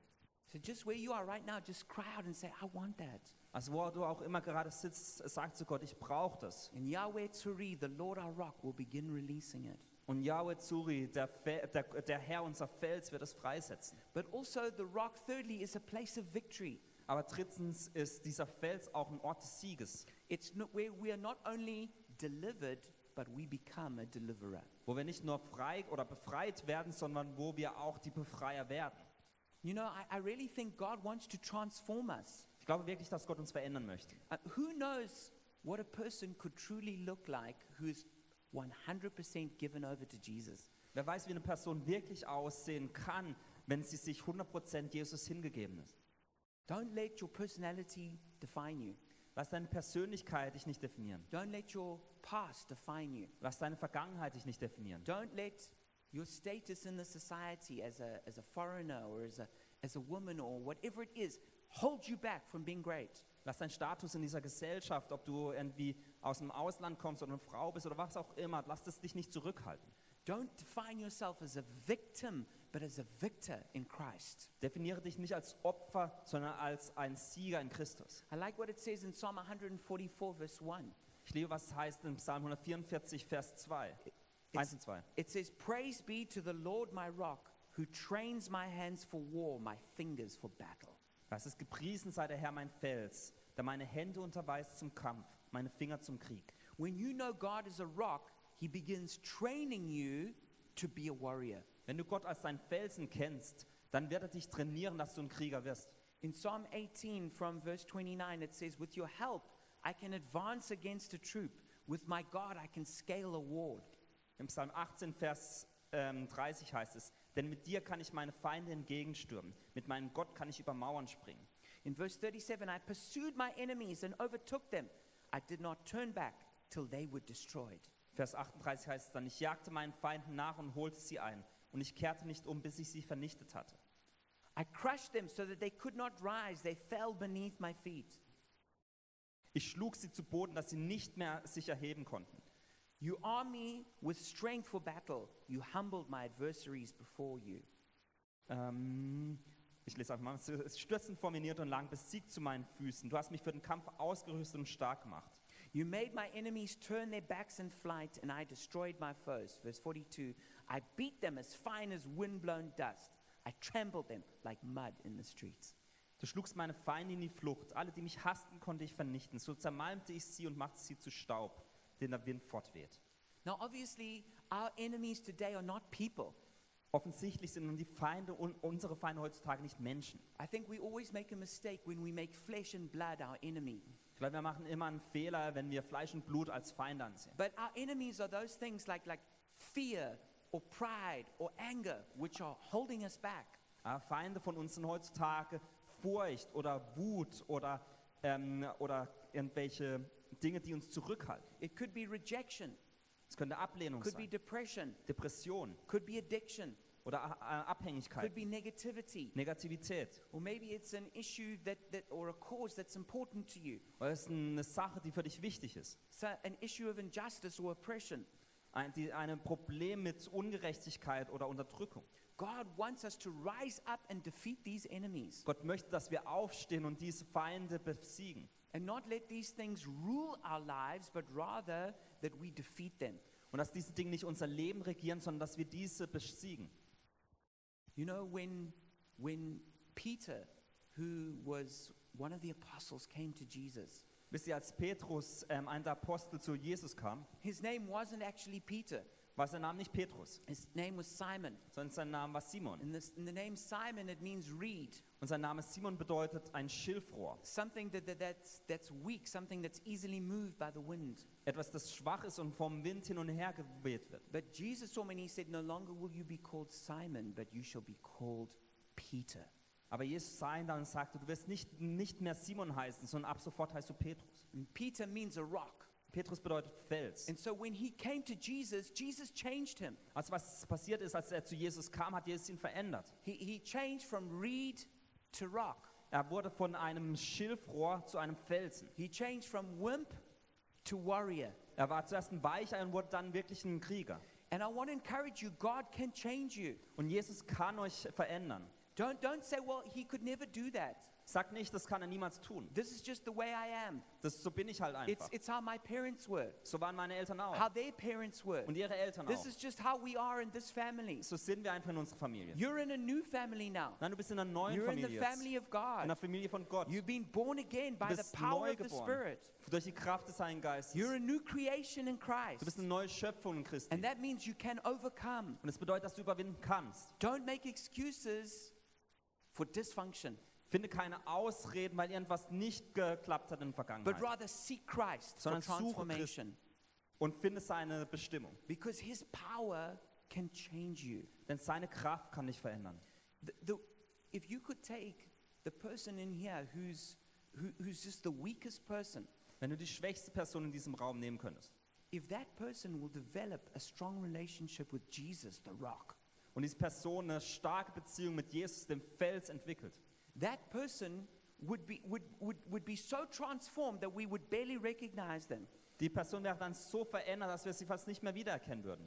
Speaker 1: So just where you are right now, just cry out and say, I want that.
Speaker 2: Also wo du auch immer gerade sitzt, sag zu Gott, ich brauche das.
Speaker 1: And Yahweh Tzuri, the Lord our rock, will begin releasing it.
Speaker 2: Und Yahweh Zuri, der, Fe- der, der Herr, unser Fels, wird es freisetzen.
Speaker 1: But also, the rock, thirdly, is a place of victory.
Speaker 2: Aber drittens ist dieser Fels auch ein Ort des Sieges,
Speaker 1: It's not where we are not only delivered, but we become a deliverer.
Speaker 2: wo wir nicht nur frei oder befreit werden, sondern wo wir auch die Befreier werden.
Speaker 1: You know, I, I really think God wants to transform us.
Speaker 2: Ich glaube wirklich, dass Gott uns verändern möchte.
Speaker 1: Uh, who knows what a person could truly look like who is 100% given over to Jesus?
Speaker 2: Wer weiß, wie eine Person wirklich aussehen kann, wenn sie sich 100% Jesus hingegeben ist.
Speaker 1: Don't let your personality define you.
Speaker 2: Lass deine Persönlichkeit dich nicht definieren.
Speaker 1: Don't let your past define you.
Speaker 2: Lass deine Vergangenheit dich nicht definieren.
Speaker 1: Don't let your status in the society as a, as a foreigner or as a, as a woman or whatever it is hold you back from being great.
Speaker 2: Lass deinen Status in dieser Gesellschaft, ob du irgendwie aus dem Ausland kommst oder eine Frau bist oder was auch immer, lass das dich nicht zurückhalten.
Speaker 1: Don't define yourself as a victim, but as a victor in Christ.
Speaker 2: Definiere dich nicht als Opfer, sondern als ein Sieger in Christus.
Speaker 1: I like what it says in Psalm 144, verse 1.
Speaker 2: Ich liebe, was es heißt in Psalm 144, Vers 2. 1 und 2.
Speaker 1: It says, Praise be to the Lord my rock, who trains my hands for war, my fingers for battle.
Speaker 2: Das ist gepriesen sei der Herr mein Fels, der meine Hände unterweist zum Kampf, meine Finger zum Krieg.
Speaker 1: When you know God is a rock, he begins training you to be a warrior.
Speaker 2: Wenn du Gott als deinen Felsen kennst, dann wird er dich trainieren, dass du ein Krieger wirst.
Speaker 1: In Psalm 18, from verse 29, it says, With your help, I can advance against a troop. With my God, I can scale a wall.
Speaker 2: Im Psalm 18, Vers ähm, 30 heißt es, denn mit dir kann ich meine Feinde entgegenstürmen, mit meinem Gott kann ich über Mauern springen.
Speaker 1: In verse 37, I pursued my enemies and overtook them. I did not turn back till they were destroyed.
Speaker 2: Vers 38 heißt es dann, ich jagte meinen Feinden nach und holte sie ein, und ich kehrte nicht um, bis ich sie vernichtet hatte.
Speaker 1: I crushed them so that they could not rise. They fell beneath my feet.
Speaker 2: Ich schlug sie zu Boden, dass sie nicht mehr sich erheben konnten.
Speaker 1: You arm me with strength for battle. You humbled my adversaries before you.
Speaker 2: Ähm, ich lese einfach mal, sie stürzten vor mir nieder und lagen besiegt zu meinen Füßen. Du hast mich für den Kampf ausgerüstet und stark gemacht.
Speaker 1: You made my enemies turn their backs in flight, and I destroyed my foes. Verse 42 I beat them as fine as wind blown dust. I trampled them like mud in the streets.
Speaker 2: Du schlugst meine Feinde in die Flucht. Alle, die mich hassten, konnte ich vernichten. So zermalmte ich sie und machte sie zu Staub, den der Wind fortweht.
Speaker 1: Now, obviously, our enemies today are not people.
Speaker 2: Offensichtlich sind nun die Feinde und unsere Feinde heutzutage nicht Menschen.
Speaker 1: I think we always make a mistake when we make flesh and blood our enemy.
Speaker 2: Ich glaube, wir machen immer einen Fehler, wenn wir Fleisch und Blut als Feinde ansehen.
Speaker 1: But our enemies are those things like, like fear or pride or anger, which are holding us back.
Speaker 2: Aber Feinde von uns sind heutzutage Furcht oder Wut oder, ähm, oder irgendwelche Dinge, die uns zurückhalten.
Speaker 1: It could be rejection,
Speaker 2: Es könnte Ablehnung
Speaker 1: could be
Speaker 2: sein,
Speaker 1: depression,
Speaker 2: Depression
Speaker 1: could be addiction,
Speaker 2: oder A- A-
Speaker 1: could
Speaker 2: Abhängigkeit,
Speaker 1: be negativity.
Speaker 2: Negativität.
Speaker 1: Or maybe it's an issue that, that or a cause that's important to you.
Speaker 2: Oder es ist eine Sache, die für dich wichtig ist.
Speaker 1: So an issue of injustice or oppression.
Speaker 2: Ein die, eine Problem mit Ungerechtigkeit oder Unterdrückung.
Speaker 1: God wants us to rise up and defeat these enemies
Speaker 2: Gott möchte, dass wir aufstehen und diese Feinde besiegen.
Speaker 1: and not let these things rule our lives, but rather that we defeat them.
Speaker 2: Und dass diese Dinge nicht unser Leben regieren, sondern dass wir diese besiegen.
Speaker 1: You know, when, when Peter, who was one of the apostles, came to Jesus,
Speaker 2: Wisst ihr, als Petrus, ähm, ein der Apostel, zu Jesus kam,
Speaker 1: his name wasn't actually Peter.
Speaker 2: war sein Name nicht Petrus,
Speaker 1: His name was Simon.
Speaker 2: sondern sein Name war Simon.
Speaker 1: And, this, and the name Simon, it means reed,
Speaker 2: Und sein Name Simon bedeutet ein Schilfrohr.
Speaker 1: something that, that, that's, that's weak, something that's easily moved by the wind.
Speaker 2: Etwas, das schwach ist und vom Wind hin und her geweht wird.
Speaker 1: But Jesus saw him and he said, No longer will you be called Simon, but you shall be called Peter.
Speaker 2: Aber Jesus sah ihn dann und sagte, du wirst nicht, nicht mehr Simon heißen, sondern ab sofort heißt du Petrus.
Speaker 1: And Peter means a rock.
Speaker 2: Petrus bedeutet Fels.
Speaker 1: And so when he came to Jesus, Jesus changed him.
Speaker 2: Also was passiert ist, als er zu Jesus kam, hat Jesus ihn verändert.
Speaker 1: He, he changed from reed to rock,
Speaker 2: Er wurde von einem Schilfrohr zu einem Felsen.
Speaker 1: he changed from wimp to warrior.
Speaker 2: Er war zuerst ein Weicher und wurde dann wirklich ein Krieger.
Speaker 1: And I want to encourage you God can change you.
Speaker 2: Und Jesus kann euch verändern.
Speaker 1: Don't, don't say, Well, he could never do that.
Speaker 2: Sagt nicht, das kann er niemals tun.
Speaker 1: This is just the way I am.
Speaker 2: Das, so bin ich halt
Speaker 1: It's,
Speaker 2: einfach.
Speaker 1: it's how my parents were,
Speaker 2: So waren meine Eltern
Speaker 1: how
Speaker 2: auch.
Speaker 1: their parents were.
Speaker 2: Und ihre Eltern
Speaker 1: This
Speaker 2: auch.
Speaker 1: is just how we are in this family.
Speaker 2: So sind wir einfach in unserer Familie.
Speaker 1: You're in a new family now.
Speaker 2: Nein, du bist in einer neuen
Speaker 1: You're in
Speaker 2: Familie.
Speaker 1: the
Speaker 2: Jetzt. In
Speaker 1: family of God.
Speaker 2: einer Familie von Gott.
Speaker 1: You've been born again by the
Speaker 2: bist
Speaker 1: power
Speaker 2: neu
Speaker 1: of the
Speaker 2: geboren.
Speaker 1: Spirit.
Speaker 2: Durch die Kraft des Heiligen Geistes.
Speaker 1: You're
Speaker 2: Du
Speaker 1: a new creation in Christ.
Speaker 2: bist eine neue Schöpfung in Christi.
Speaker 1: And that means you can overcome.
Speaker 2: Und das bedeutet, dass du überwinden kannst.
Speaker 1: Don't make excuses for dysfunction,
Speaker 2: Finde keine Ausreden, weil irgendwas nicht geklappt hat in der
Speaker 1: but
Speaker 2: Vergangenheit.
Speaker 1: rather seek Christ for
Speaker 2: Sondern suche
Speaker 1: transformation
Speaker 2: Und finde seine Bestimmung.
Speaker 1: because his power can change you.
Speaker 2: Denn seine Kraft kann dich verändern.
Speaker 1: The, the, if you could take the person in here who's, who, who's just the weakest person,
Speaker 2: Wenn du die schwächste Person in diesem Raum nehmen könntest
Speaker 1: if that person will develop a strong relationship with Jesus, the rock,
Speaker 2: und diese Person eine starke Beziehung mit Jesus, dem Fels, entwickelt,
Speaker 1: that person would be, would, would, would be so transformed that we would barely recognize them.
Speaker 2: die Person wäre dann so verändert, dass wir sie fast nicht mehr wiedererkennen würden.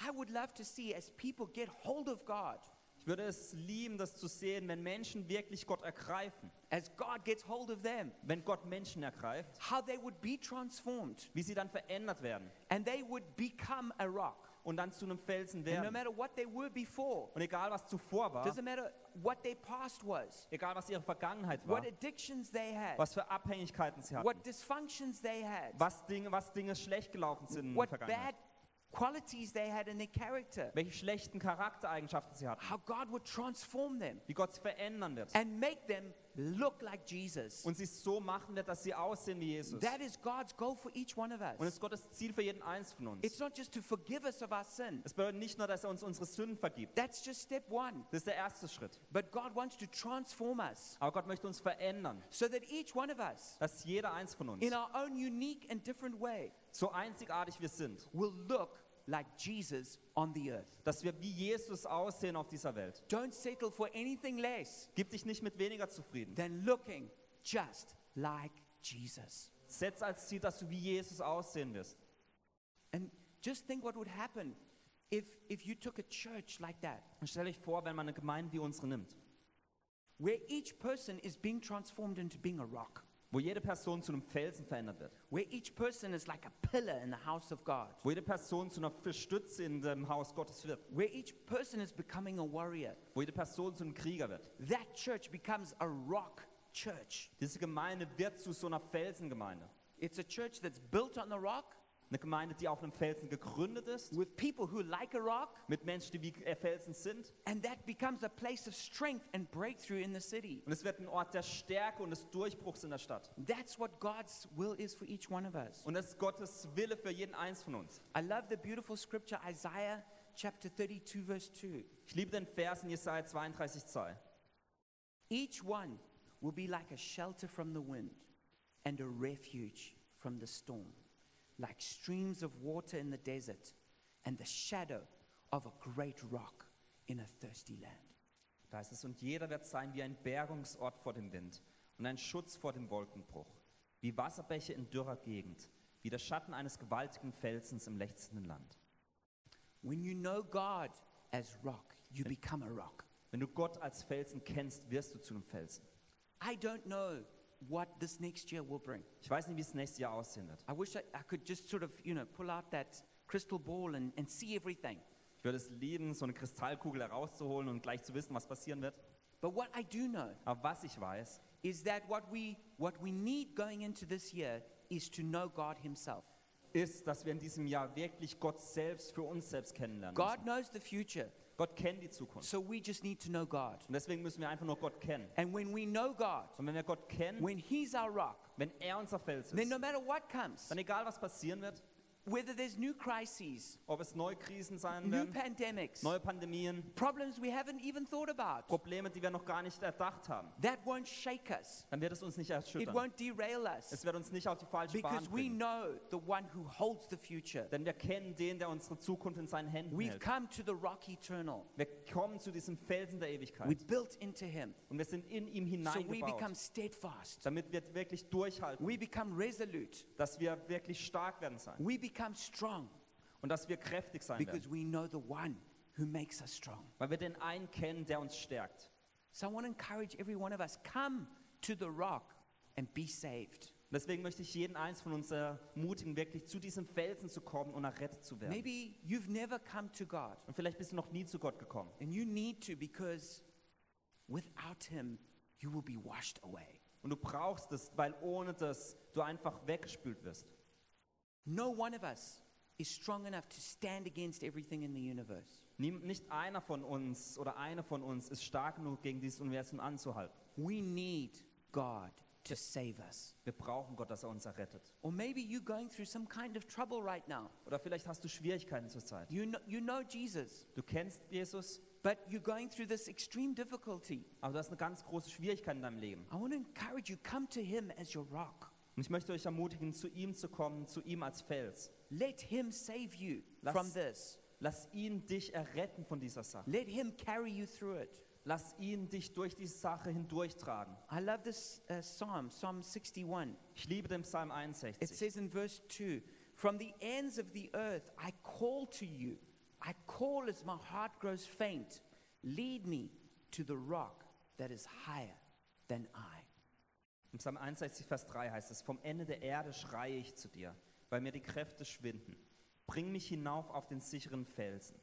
Speaker 1: I would love to see as people get hold of God,
Speaker 2: Ich würde es lieben, das zu sehen, wenn Menschen wirklich Gott ergreifen,
Speaker 1: as God gets hold of them,
Speaker 2: wenn Gott Menschen ergreift,
Speaker 1: how they would be transformed
Speaker 2: wie sie dann verändert werden
Speaker 1: and they would become a rock.
Speaker 2: und dann zu einem Felsen
Speaker 1: And no
Speaker 2: werden.
Speaker 1: matter what they were before,
Speaker 2: Und egal was zuvor war,
Speaker 1: doesn't matter what their past was,
Speaker 2: egal was ihre Vergangenheit war,
Speaker 1: what addictions they had,
Speaker 2: was für Abhängigkeiten sie hatten,
Speaker 1: what dysfunctions they had,
Speaker 2: was Dinge, was Dinge schlecht gelaufen sind in der
Speaker 1: what bad
Speaker 2: Vergangenheit,
Speaker 1: qualities they had in their character,
Speaker 2: welche schlechten Charaktereigenschaften sie hatten,
Speaker 1: how God would transform them
Speaker 2: wie Gott sie verändern wird.
Speaker 1: and make them look like Jesus.
Speaker 2: und sie so machen wird, dass sie aussehen wie Jesus.
Speaker 1: That is God's goal for each one of
Speaker 2: Und
Speaker 1: us.
Speaker 2: es ist Gottes Ziel für jeden Einzelnen von uns.
Speaker 1: It's not just to forgive us of our sin.
Speaker 2: Es bedeutet nicht nur, dass er uns unsere Sünden vergibt.
Speaker 1: That's just step one.
Speaker 2: Das ist der erste Schritt.
Speaker 1: But God wants to transform us
Speaker 2: Aber Gott möchte uns verändern,
Speaker 1: so that each one of us,
Speaker 2: dass jeder eins von uns,
Speaker 1: in our own unique and different way,
Speaker 2: so einzigartig wir sind,
Speaker 1: will look like Jesus on the earth.
Speaker 2: dass wir wie Jesus aussehen auf dieser Welt.
Speaker 1: Don't settle for anything less
Speaker 2: Gib dich nicht mit weniger zufrieden.
Speaker 1: than looking just like Jesus.
Speaker 2: Setz als Ziel, dass du wie Jesus aussehen wirst.
Speaker 1: And just think what would happen if, if you took a church like that,
Speaker 2: Und stell euch vor, wenn man eine Gemeinde wie unsere nimmt,
Speaker 1: where each person is being transformed into being a rock,
Speaker 2: wo jede Person zu einem Felsen verändert wird,
Speaker 1: where each person is like a pillar in the house of God,
Speaker 2: wo jede Person zu einer Stütze in dem Haus Gottes wird,
Speaker 1: where each person is becoming a warrior.
Speaker 2: wo jede Person zu einem Krieger wird.
Speaker 1: That church becomes a rock church.
Speaker 2: Diese Gemeinde wird zu so einer Felsengemeinde.
Speaker 1: It's a church that's built on the rock
Speaker 2: Eine Gemeinde, die auf einem Felsen gegründet ist,
Speaker 1: with people who like a rock,
Speaker 2: mit Menschen, die wie äh, Felsen sind.
Speaker 1: and that becomes a place of strength and breakthrough in the city.
Speaker 2: Und es wird ein Ort der Stärke und des Durchbruchs in der Stadt.
Speaker 1: That's what God's will is for each one of us.
Speaker 2: Und das ist Gottes Wille für jeden eins von uns.
Speaker 1: I love the beautiful scripture, Isaiah chapter 32, verse 2.
Speaker 2: Ich liebe den Vers in Jesaja 32, 2.
Speaker 1: Each one will be like a shelter from the wind and a refuge from the storm, like streams of water in the desert and the shadow of a great rock in a thirsty land.
Speaker 2: Da heißt es, und jeder wird sein wie ein Bergungsort vor dem Wind und ein Schutz vor dem Wolkenbruch, wie Wasserbäche in dürrer Gegend, wie der Schatten eines gewaltigen Felsens im lechzenden Land.
Speaker 1: When you know God as rock, you become a rock.
Speaker 2: Wenn du Gott als Felsen kennst, wirst du zu einem Felsen.
Speaker 1: I don't know what this next year will bring.
Speaker 2: Ich weiß nicht, wie es nächstes Jahr aussehen wird.
Speaker 1: I wish I, I could just sort of, you know, pull out that crystal ball and, and see everything.
Speaker 2: Ich würde es lieben, so eine Kristallkugel herauszuholen und gleich zu wissen, was passieren wird.
Speaker 1: But what I do know
Speaker 2: Aber was ich weiß,
Speaker 1: is that what we, what we need going into this year is to know God Himself.
Speaker 2: ist, dass wir in diesem Jahr wirklich Gott selbst für uns selbst kennenlernen. Müssen.
Speaker 1: God knows the future,
Speaker 2: Gott kennt die Zukunft.
Speaker 1: so we just need to know God.
Speaker 2: Und deswegen müssen wir einfach nur Gott kennen.
Speaker 1: And when we know God,
Speaker 2: Und wenn wir Gott kennen,
Speaker 1: when He's our rock,
Speaker 2: wenn er unser Fels
Speaker 1: then
Speaker 2: ist,
Speaker 1: no matter what comes,
Speaker 2: dann egal was passieren wird,
Speaker 1: whether there's new crises,
Speaker 2: ob es neue Krisen sein
Speaker 1: new
Speaker 2: werden,
Speaker 1: pandemics,
Speaker 2: neue Pandemien,
Speaker 1: problems we haven't even thought about,
Speaker 2: Probleme, die wir noch gar nicht erdacht haben,
Speaker 1: that won't shake us.
Speaker 2: dann wird es uns nicht
Speaker 1: It
Speaker 2: erschüttern.
Speaker 1: won't derail us
Speaker 2: Es wird uns nicht auf die falsche Bahn
Speaker 1: because we
Speaker 2: bringen.
Speaker 1: know the one who holds the future.
Speaker 2: Denn wir kennen den, der unsere Zukunft in seinen Händen
Speaker 1: We've
Speaker 2: hält.
Speaker 1: come to the rock eternal.
Speaker 2: Wir kommen zu diesem Felsen der
Speaker 1: We're
Speaker 2: Ewigkeit.
Speaker 1: built into him.
Speaker 2: Und wir sind in ihm
Speaker 1: So we become
Speaker 2: hineingebaut,
Speaker 1: steadfast.
Speaker 2: damit wir wirklich durchhalten,
Speaker 1: We become resolute.
Speaker 2: dass wir wirklich stark werden sein
Speaker 1: We become strong
Speaker 2: und dass wir kräftig sein werden.
Speaker 1: because we know the one who makes us strong.
Speaker 2: Weil wir den einen kennen, der uns stärkt.
Speaker 1: So I want to encourage every one of us come to the rock and be saved.
Speaker 2: Und Deswegen möchte ich jeden eins von uns ermutigen, wirklich zu diesem Felsen zu kommen und errettet zu werden.
Speaker 1: Maybe you've never come to God
Speaker 2: Und vielleicht bist du noch nie zu Gott gekommen.
Speaker 1: and you need to because without him you will be washed away.
Speaker 2: Und du brauchst es, weil ohne das du einfach weggespült wirst.
Speaker 1: No one of us is strong enough to stand against everything in the universe.
Speaker 2: Nie- Nicht einer von uns oder eine von uns ist stark genug, gegen dieses Universum anzuhalten.
Speaker 1: We need God to save us.
Speaker 2: Wir brauchen Gott, dass er uns errettet.
Speaker 1: Or maybe you're going through some kind of trouble right now.
Speaker 2: Oder vielleicht hast du Schwierigkeiten zur Zeit.
Speaker 1: You know, you know Jesus,
Speaker 2: Du kennst Jesus,
Speaker 1: but you're going through this extreme difficulty.
Speaker 2: aber du hast eine ganz große Schwierigkeit in deinem Leben.
Speaker 1: I want to encourage you come to Him as your rock.
Speaker 2: Und ich möchte euch ermutigen, zu ihm zu kommen, zu ihm als Fels.
Speaker 1: Let Him save you
Speaker 2: Lass-
Speaker 1: from this.
Speaker 2: Lass ihn dich erretten von dieser Sache.
Speaker 1: Let Him carry you through it.
Speaker 2: Lass ihn dich durch diese Sache hindurchtragen.
Speaker 1: I love this uh, psalm, Psalm 61.
Speaker 2: Ich liebe den Psalm
Speaker 1: It
Speaker 2: 61.
Speaker 1: says in verse 2 From the ends of the earth I call to you. I call as my heart grows faint. Lead me to the rock that is higher than I.
Speaker 2: Im Psalm 61, Vers 3 heißt es, vom Ende der Erde schreie ich zu dir, weil mir die Kräfte schwinden. Bring mich hinauf auf den sicheren Felsen.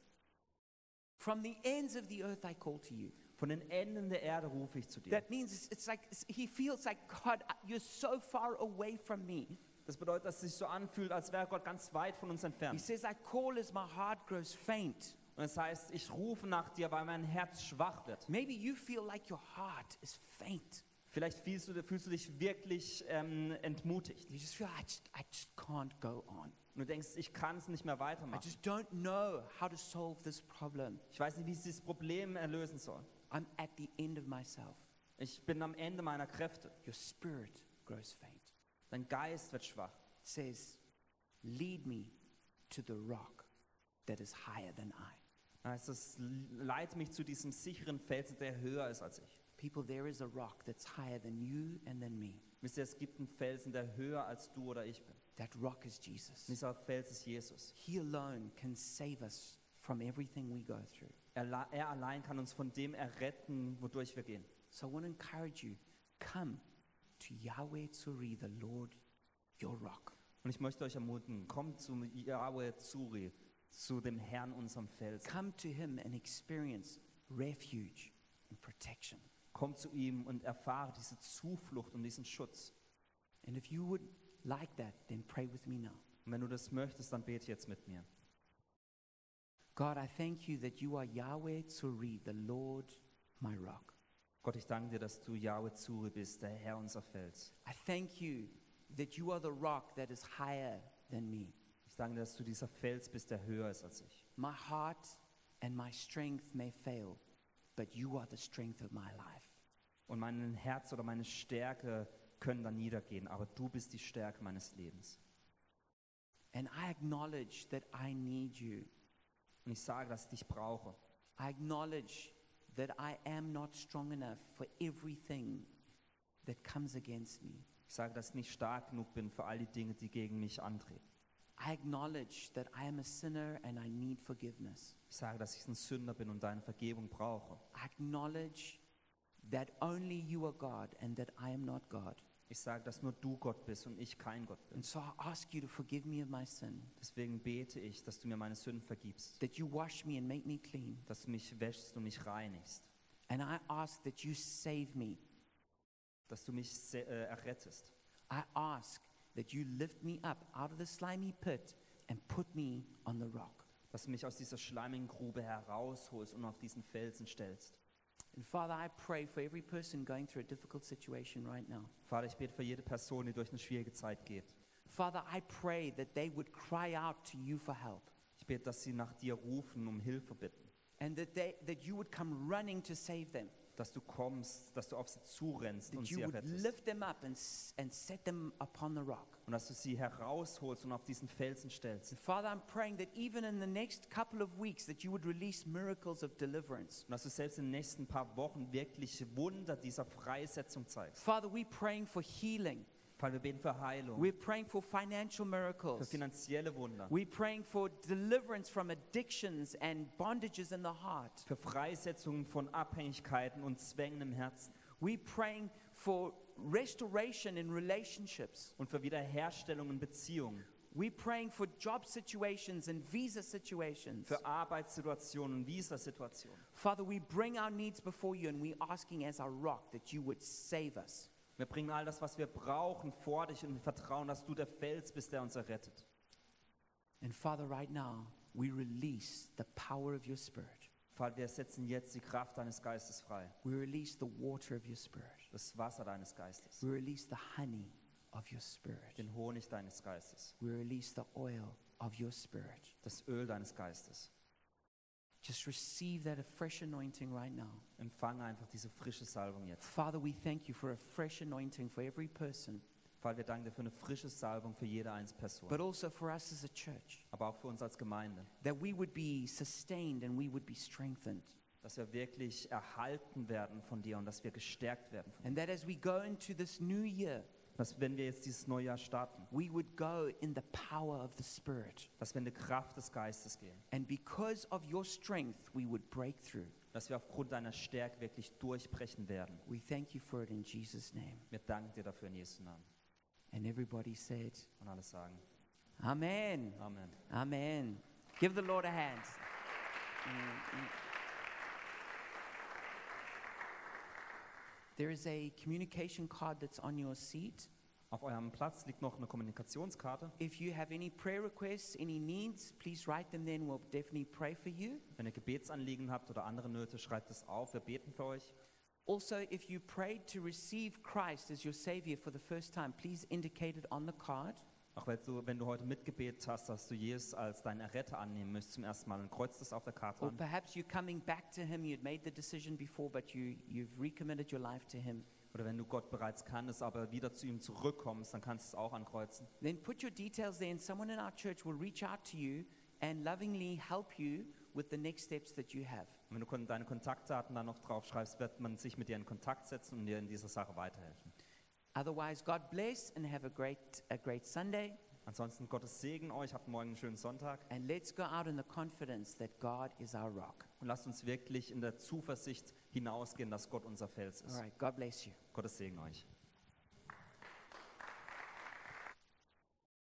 Speaker 1: From the ends of the earth I call to you.
Speaker 2: Von den Enden der Erde rufe ich zu dir.
Speaker 1: That means it's, it's like it's- he feels like, God, I- you're so far away from me.
Speaker 2: Das bedeutet, dass es sich so anfühlt, als wäre Gott ganz weit von uns
Speaker 1: He
Speaker 2: entfernt.
Speaker 1: says, I call as my heart grows faint.
Speaker 2: Und es heißt, ich rufe nach dir, weil mein Herz schwach wird.
Speaker 1: Maybe you feel like your heart is faint.
Speaker 2: Vielleicht fühlst du, fühlst du dich wirklich ähm, entmutigt.
Speaker 1: You just feel, I just, I just can't go on.
Speaker 2: Und du denkst, ich kann es nicht mehr
Speaker 1: I
Speaker 2: weitermachen.
Speaker 1: just don't know how to solve this problem.
Speaker 2: Ich weiß nicht, wie ich dieses Problem erlösen soll.
Speaker 1: I'm at the end of myself.
Speaker 2: Ich bin am Ende meiner Kräfte.
Speaker 1: Your spirit grows faint.
Speaker 2: Dein Geist wird schwach.
Speaker 1: It says, Lead me to the rock that is higher than I.
Speaker 2: Da heißt es, leite mich zu diesem sicheren Felsen, der höher ist als ich.
Speaker 1: People, there is a rock that's higher than you and than me.
Speaker 2: Wisst ihr, es gibt einen Felsen, der höher als du oder ich bin. Und
Speaker 1: That rock is Jesus.
Speaker 2: dieser Fels ist Jesus.
Speaker 1: He alone can save us from everything we go through.
Speaker 2: Er, la- er allein kann uns von dem erretten, wodurch wir gehen.
Speaker 1: So I want to encourage you come to Yahweh Tsuri, the Lord, your rock.
Speaker 2: Und ich möchte euch ermutigen, kommt zu Yahweh Zuri, zu dem Herrn, unserem Felsen.
Speaker 1: Come to Him and experience refuge and protection.
Speaker 2: Komm zu ihm und erfahre diese Zuflucht und diesen Schutz.
Speaker 1: And if you would like that, then pray with me now.
Speaker 2: Und wenn du das möchtest, dann bete jetzt mit mir.
Speaker 1: God, I thank you that you are Yahweh Tsuri, the Lord my rock.
Speaker 2: Gott, ich danke dir, dass du Jahwe Zure bist, der Herr unser Fels.
Speaker 1: I thank you that you are the rock that is higher than me.
Speaker 2: Ich danke dir, dass du dieser Fels bist, der höher ist als ich.
Speaker 1: My heart and my strength may fail, but you are the strength of my life.
Speaker 2: Und mein Herz oder meine Stärke können dann niedergehen, aber du bist die Stärke meines Lebens.
Speaker 1: And I acknowledge that I need you.
Speaker 2: Und ich sage, dass ich dich brauche.
Speaker 1: I acknowledge that I am not strong enough for everything that comes against me.
Speaker 2: Ich sage, dass ich nicht stark genug bin für all die Dinge, die gegen mich antreten.
Speaker 1: I acknowledge that I am a sinner and I need forgiveness.
Speaker 2: Ich sage, dass ich ein Sünder bin und deine Vergebung brauche.
Speaker 1: I acknowledge that only you are God and that I am not God.
Speaker 2: Ich sage, dass nur du Gott bist und ich kein Gott bin.
Speaker 1: And so I ask you to forgive me of my sin,
Speaker 2: Deswegen bete ich, dass du mir meine Sünden vergibst,
Speaker 1: that you wash me and make me clean.
Speaker 2: dass du mich wäschst und mich reinigst,
Speaker 1: And I ask that you save me.
Speaker 2: dass du mich se- äh, errettest.
Speaker 1: I ask that you lift me up out of the slimy pit and put me on the rock.
Speaker 2: dass du mich aus dieser schleimigen Grube herausholst und auf diesen Felsen stellst.
Speaker 1: And Father, I pray for every person going through a difficult situation right now.
Speaker 2: Vater, ich bete für jede Person, die durch eine schwierige Zeit geht.
Speaker 1: Father, I pray that they would cry out to you for help
Speaker 2: Ich bete, dass sie nach dir rufen, um Hilfe bitten,
Speaker 1: and that, they, that you would come running to save them,
Speaker 2: dass du kommst, dass du auf sie zurennst und
Speaker 1: that
Speaker 2: sie
Speaker 1: you would
Speaker 2: errettest
Speaker 1: lift them up and, s- and set them upon the rock.
Speaker 2: und dass du sie herausholst und auf diesen Felsen stellst.
Speaker 1: And Father, I'm praying that even in the next couple of weeks that you would release miracles of deliverance.
Speaker 2: Und dass du selbst in den nächsten paar Wochen wirklich Wunder dieser Freisetzung zeigst.
Speaker 1: Father, we're praying for healing.
Speaker 2: Vater, wir beten für Heilung,
Speaker 1: We're praying for financial
Speaker 2: für
Speaker 1: miracles.
Speaker 2: finanzielle Wunder,
Speaker 1: We're praying for deliverance from addictions and bondages in the heart.
Speaker 2: für Freisetzungen von Abhängigkeiten und Zwängen im Herzen
Speaker 1: We're praying for restoration in relationships.
Speaker 2: und für Wiederherstellung in Beziehungen.
Speaker 1: We're praying for job situations and visa situations.
Speaker 2: für Arbeitssituationen und Visasituationen.
Speaker 1: Father, we bring our needs before you and we're asking as our rock that you would save us.
Speaker 2: Wir bringen all das, was wir brauchen, vor dich und wir vertrauen, dass du der Fels bist, der uns errettet.
Speaker 1: And Father, right now, we release the power of your Spirit.
Speaker 2: Vater, wir setzen jetzt die Kraft deines Geistes frei,
Speaker 1: We release the water of your Spirit.
Speaker 2: das Wasser deines Geistes,
Speaker 1: We release the honey of your Spirit.
Speaker 2: den Honig deines Geistes,
Speaker 1: We release the oil of your Spirit.
Speaker 2: das Öl deines Geistes.
Speaker 1: Just receive that fresh anointing right now.
Speaker 2: Empfange einfach diese frische Salbung jetzt.
Speaker 1: Father, we thank you for a fresh anointing for every person,
Speaker 2: Vater, wir danken dir für eine frische Salbung für jede einzelne
Speaker 1: but
Speaker 2: Person,
Speaker 1: also for us as a church,
Speaker 2: aber auch für uns als Gemeinde,
Speaker 1: that we would be sustained and we would be strengthened.
Speaker 2: dass wir wirklich erhalten werden von dir und dass wir gestärkt werden von dir.
Speaker 1: And that as we go into this new year,
Speaker 2: Dass wenn wir jetzt dieses neue Jahr starten,
Speaker 1: we would go in the power of the Spirit.
Speaker 2: dass wir in die Kraft des Geistes gehen.
Speaker 1: And because of your strength, we would break through.
Speaker 2: dass wir aufgrund deiner Stärke wirklich durchbrechen werden.
Speaker 1: We thank you for it in Jesus' name.
Speaker 2: Wir danken dir dafür in Jesu Namen.
Speaker 1: And everybody said,
Speaker 2: Und alle sagen
Speaker 1: Amen.
Speaker 2: Amen.
Speaker 1: Amen. Give the Lord a hand. Mm, mm. There is a communication card that's on your seat.
Speaker 2: Auf eurem Platz liegt noch eine Kommunikationskarte.
Speaker 1: If you have any prayer requests, any needs, please write them then. We'll definitely pray for you.
Speaker 2: Wenn ihr Gebetsanliegen habt oder andere Nöte, schreibt es auf. Wir beten für euch.
Speaker 1: Also, if you prayed to receive Christ as your Savior for the first time, please indicate it on the card.
Speaker 2: Auch wenn du, wenn du heute mitgebetet hast, dass du Jesus als deinen Erretter annehmen müsst zum ersten Mal, dann kreuzt es auf der Karte
Speaker 1: Or
Speaker 2: an.
Speaker 1: perhaps you're coming back to Him. You'd made the decision before, but you, you've recommitted your life to Him.
Speaker 2: Oder wenn du Gott bereits kanntest, aber wieder zu ihm zurückkommst, dann kannst du es auch ankreuzen.
Speaker 1: Then put your details there, and someone in our church will reach out to you and lovingly help you with the next steps that you have.
Speaker 2: Und wenn du kon- deine Kontaktdaten dann noch draufschreibst, wird man sich mit dir in Kontakt setzen und dir in dieser Sache weiterhelfen.
Speaker 1: Otherwise, God bless and have a great, a great Sunday.
Speaker 2: Ansonsten Gottes Segen euch. Habt morgen einen schönen Sonntag.
Speaker 1: And let's go out in the confidence that God is our rock.
Speaker 2: Und lasst uns wirklich in der Zuversicht hinausgehen, dass Gott unser Fels
Speaker 1: All
Speaker 2: ist.
Speaker 1: right, God bless you.
Speaker 2: Gottes Segen euch.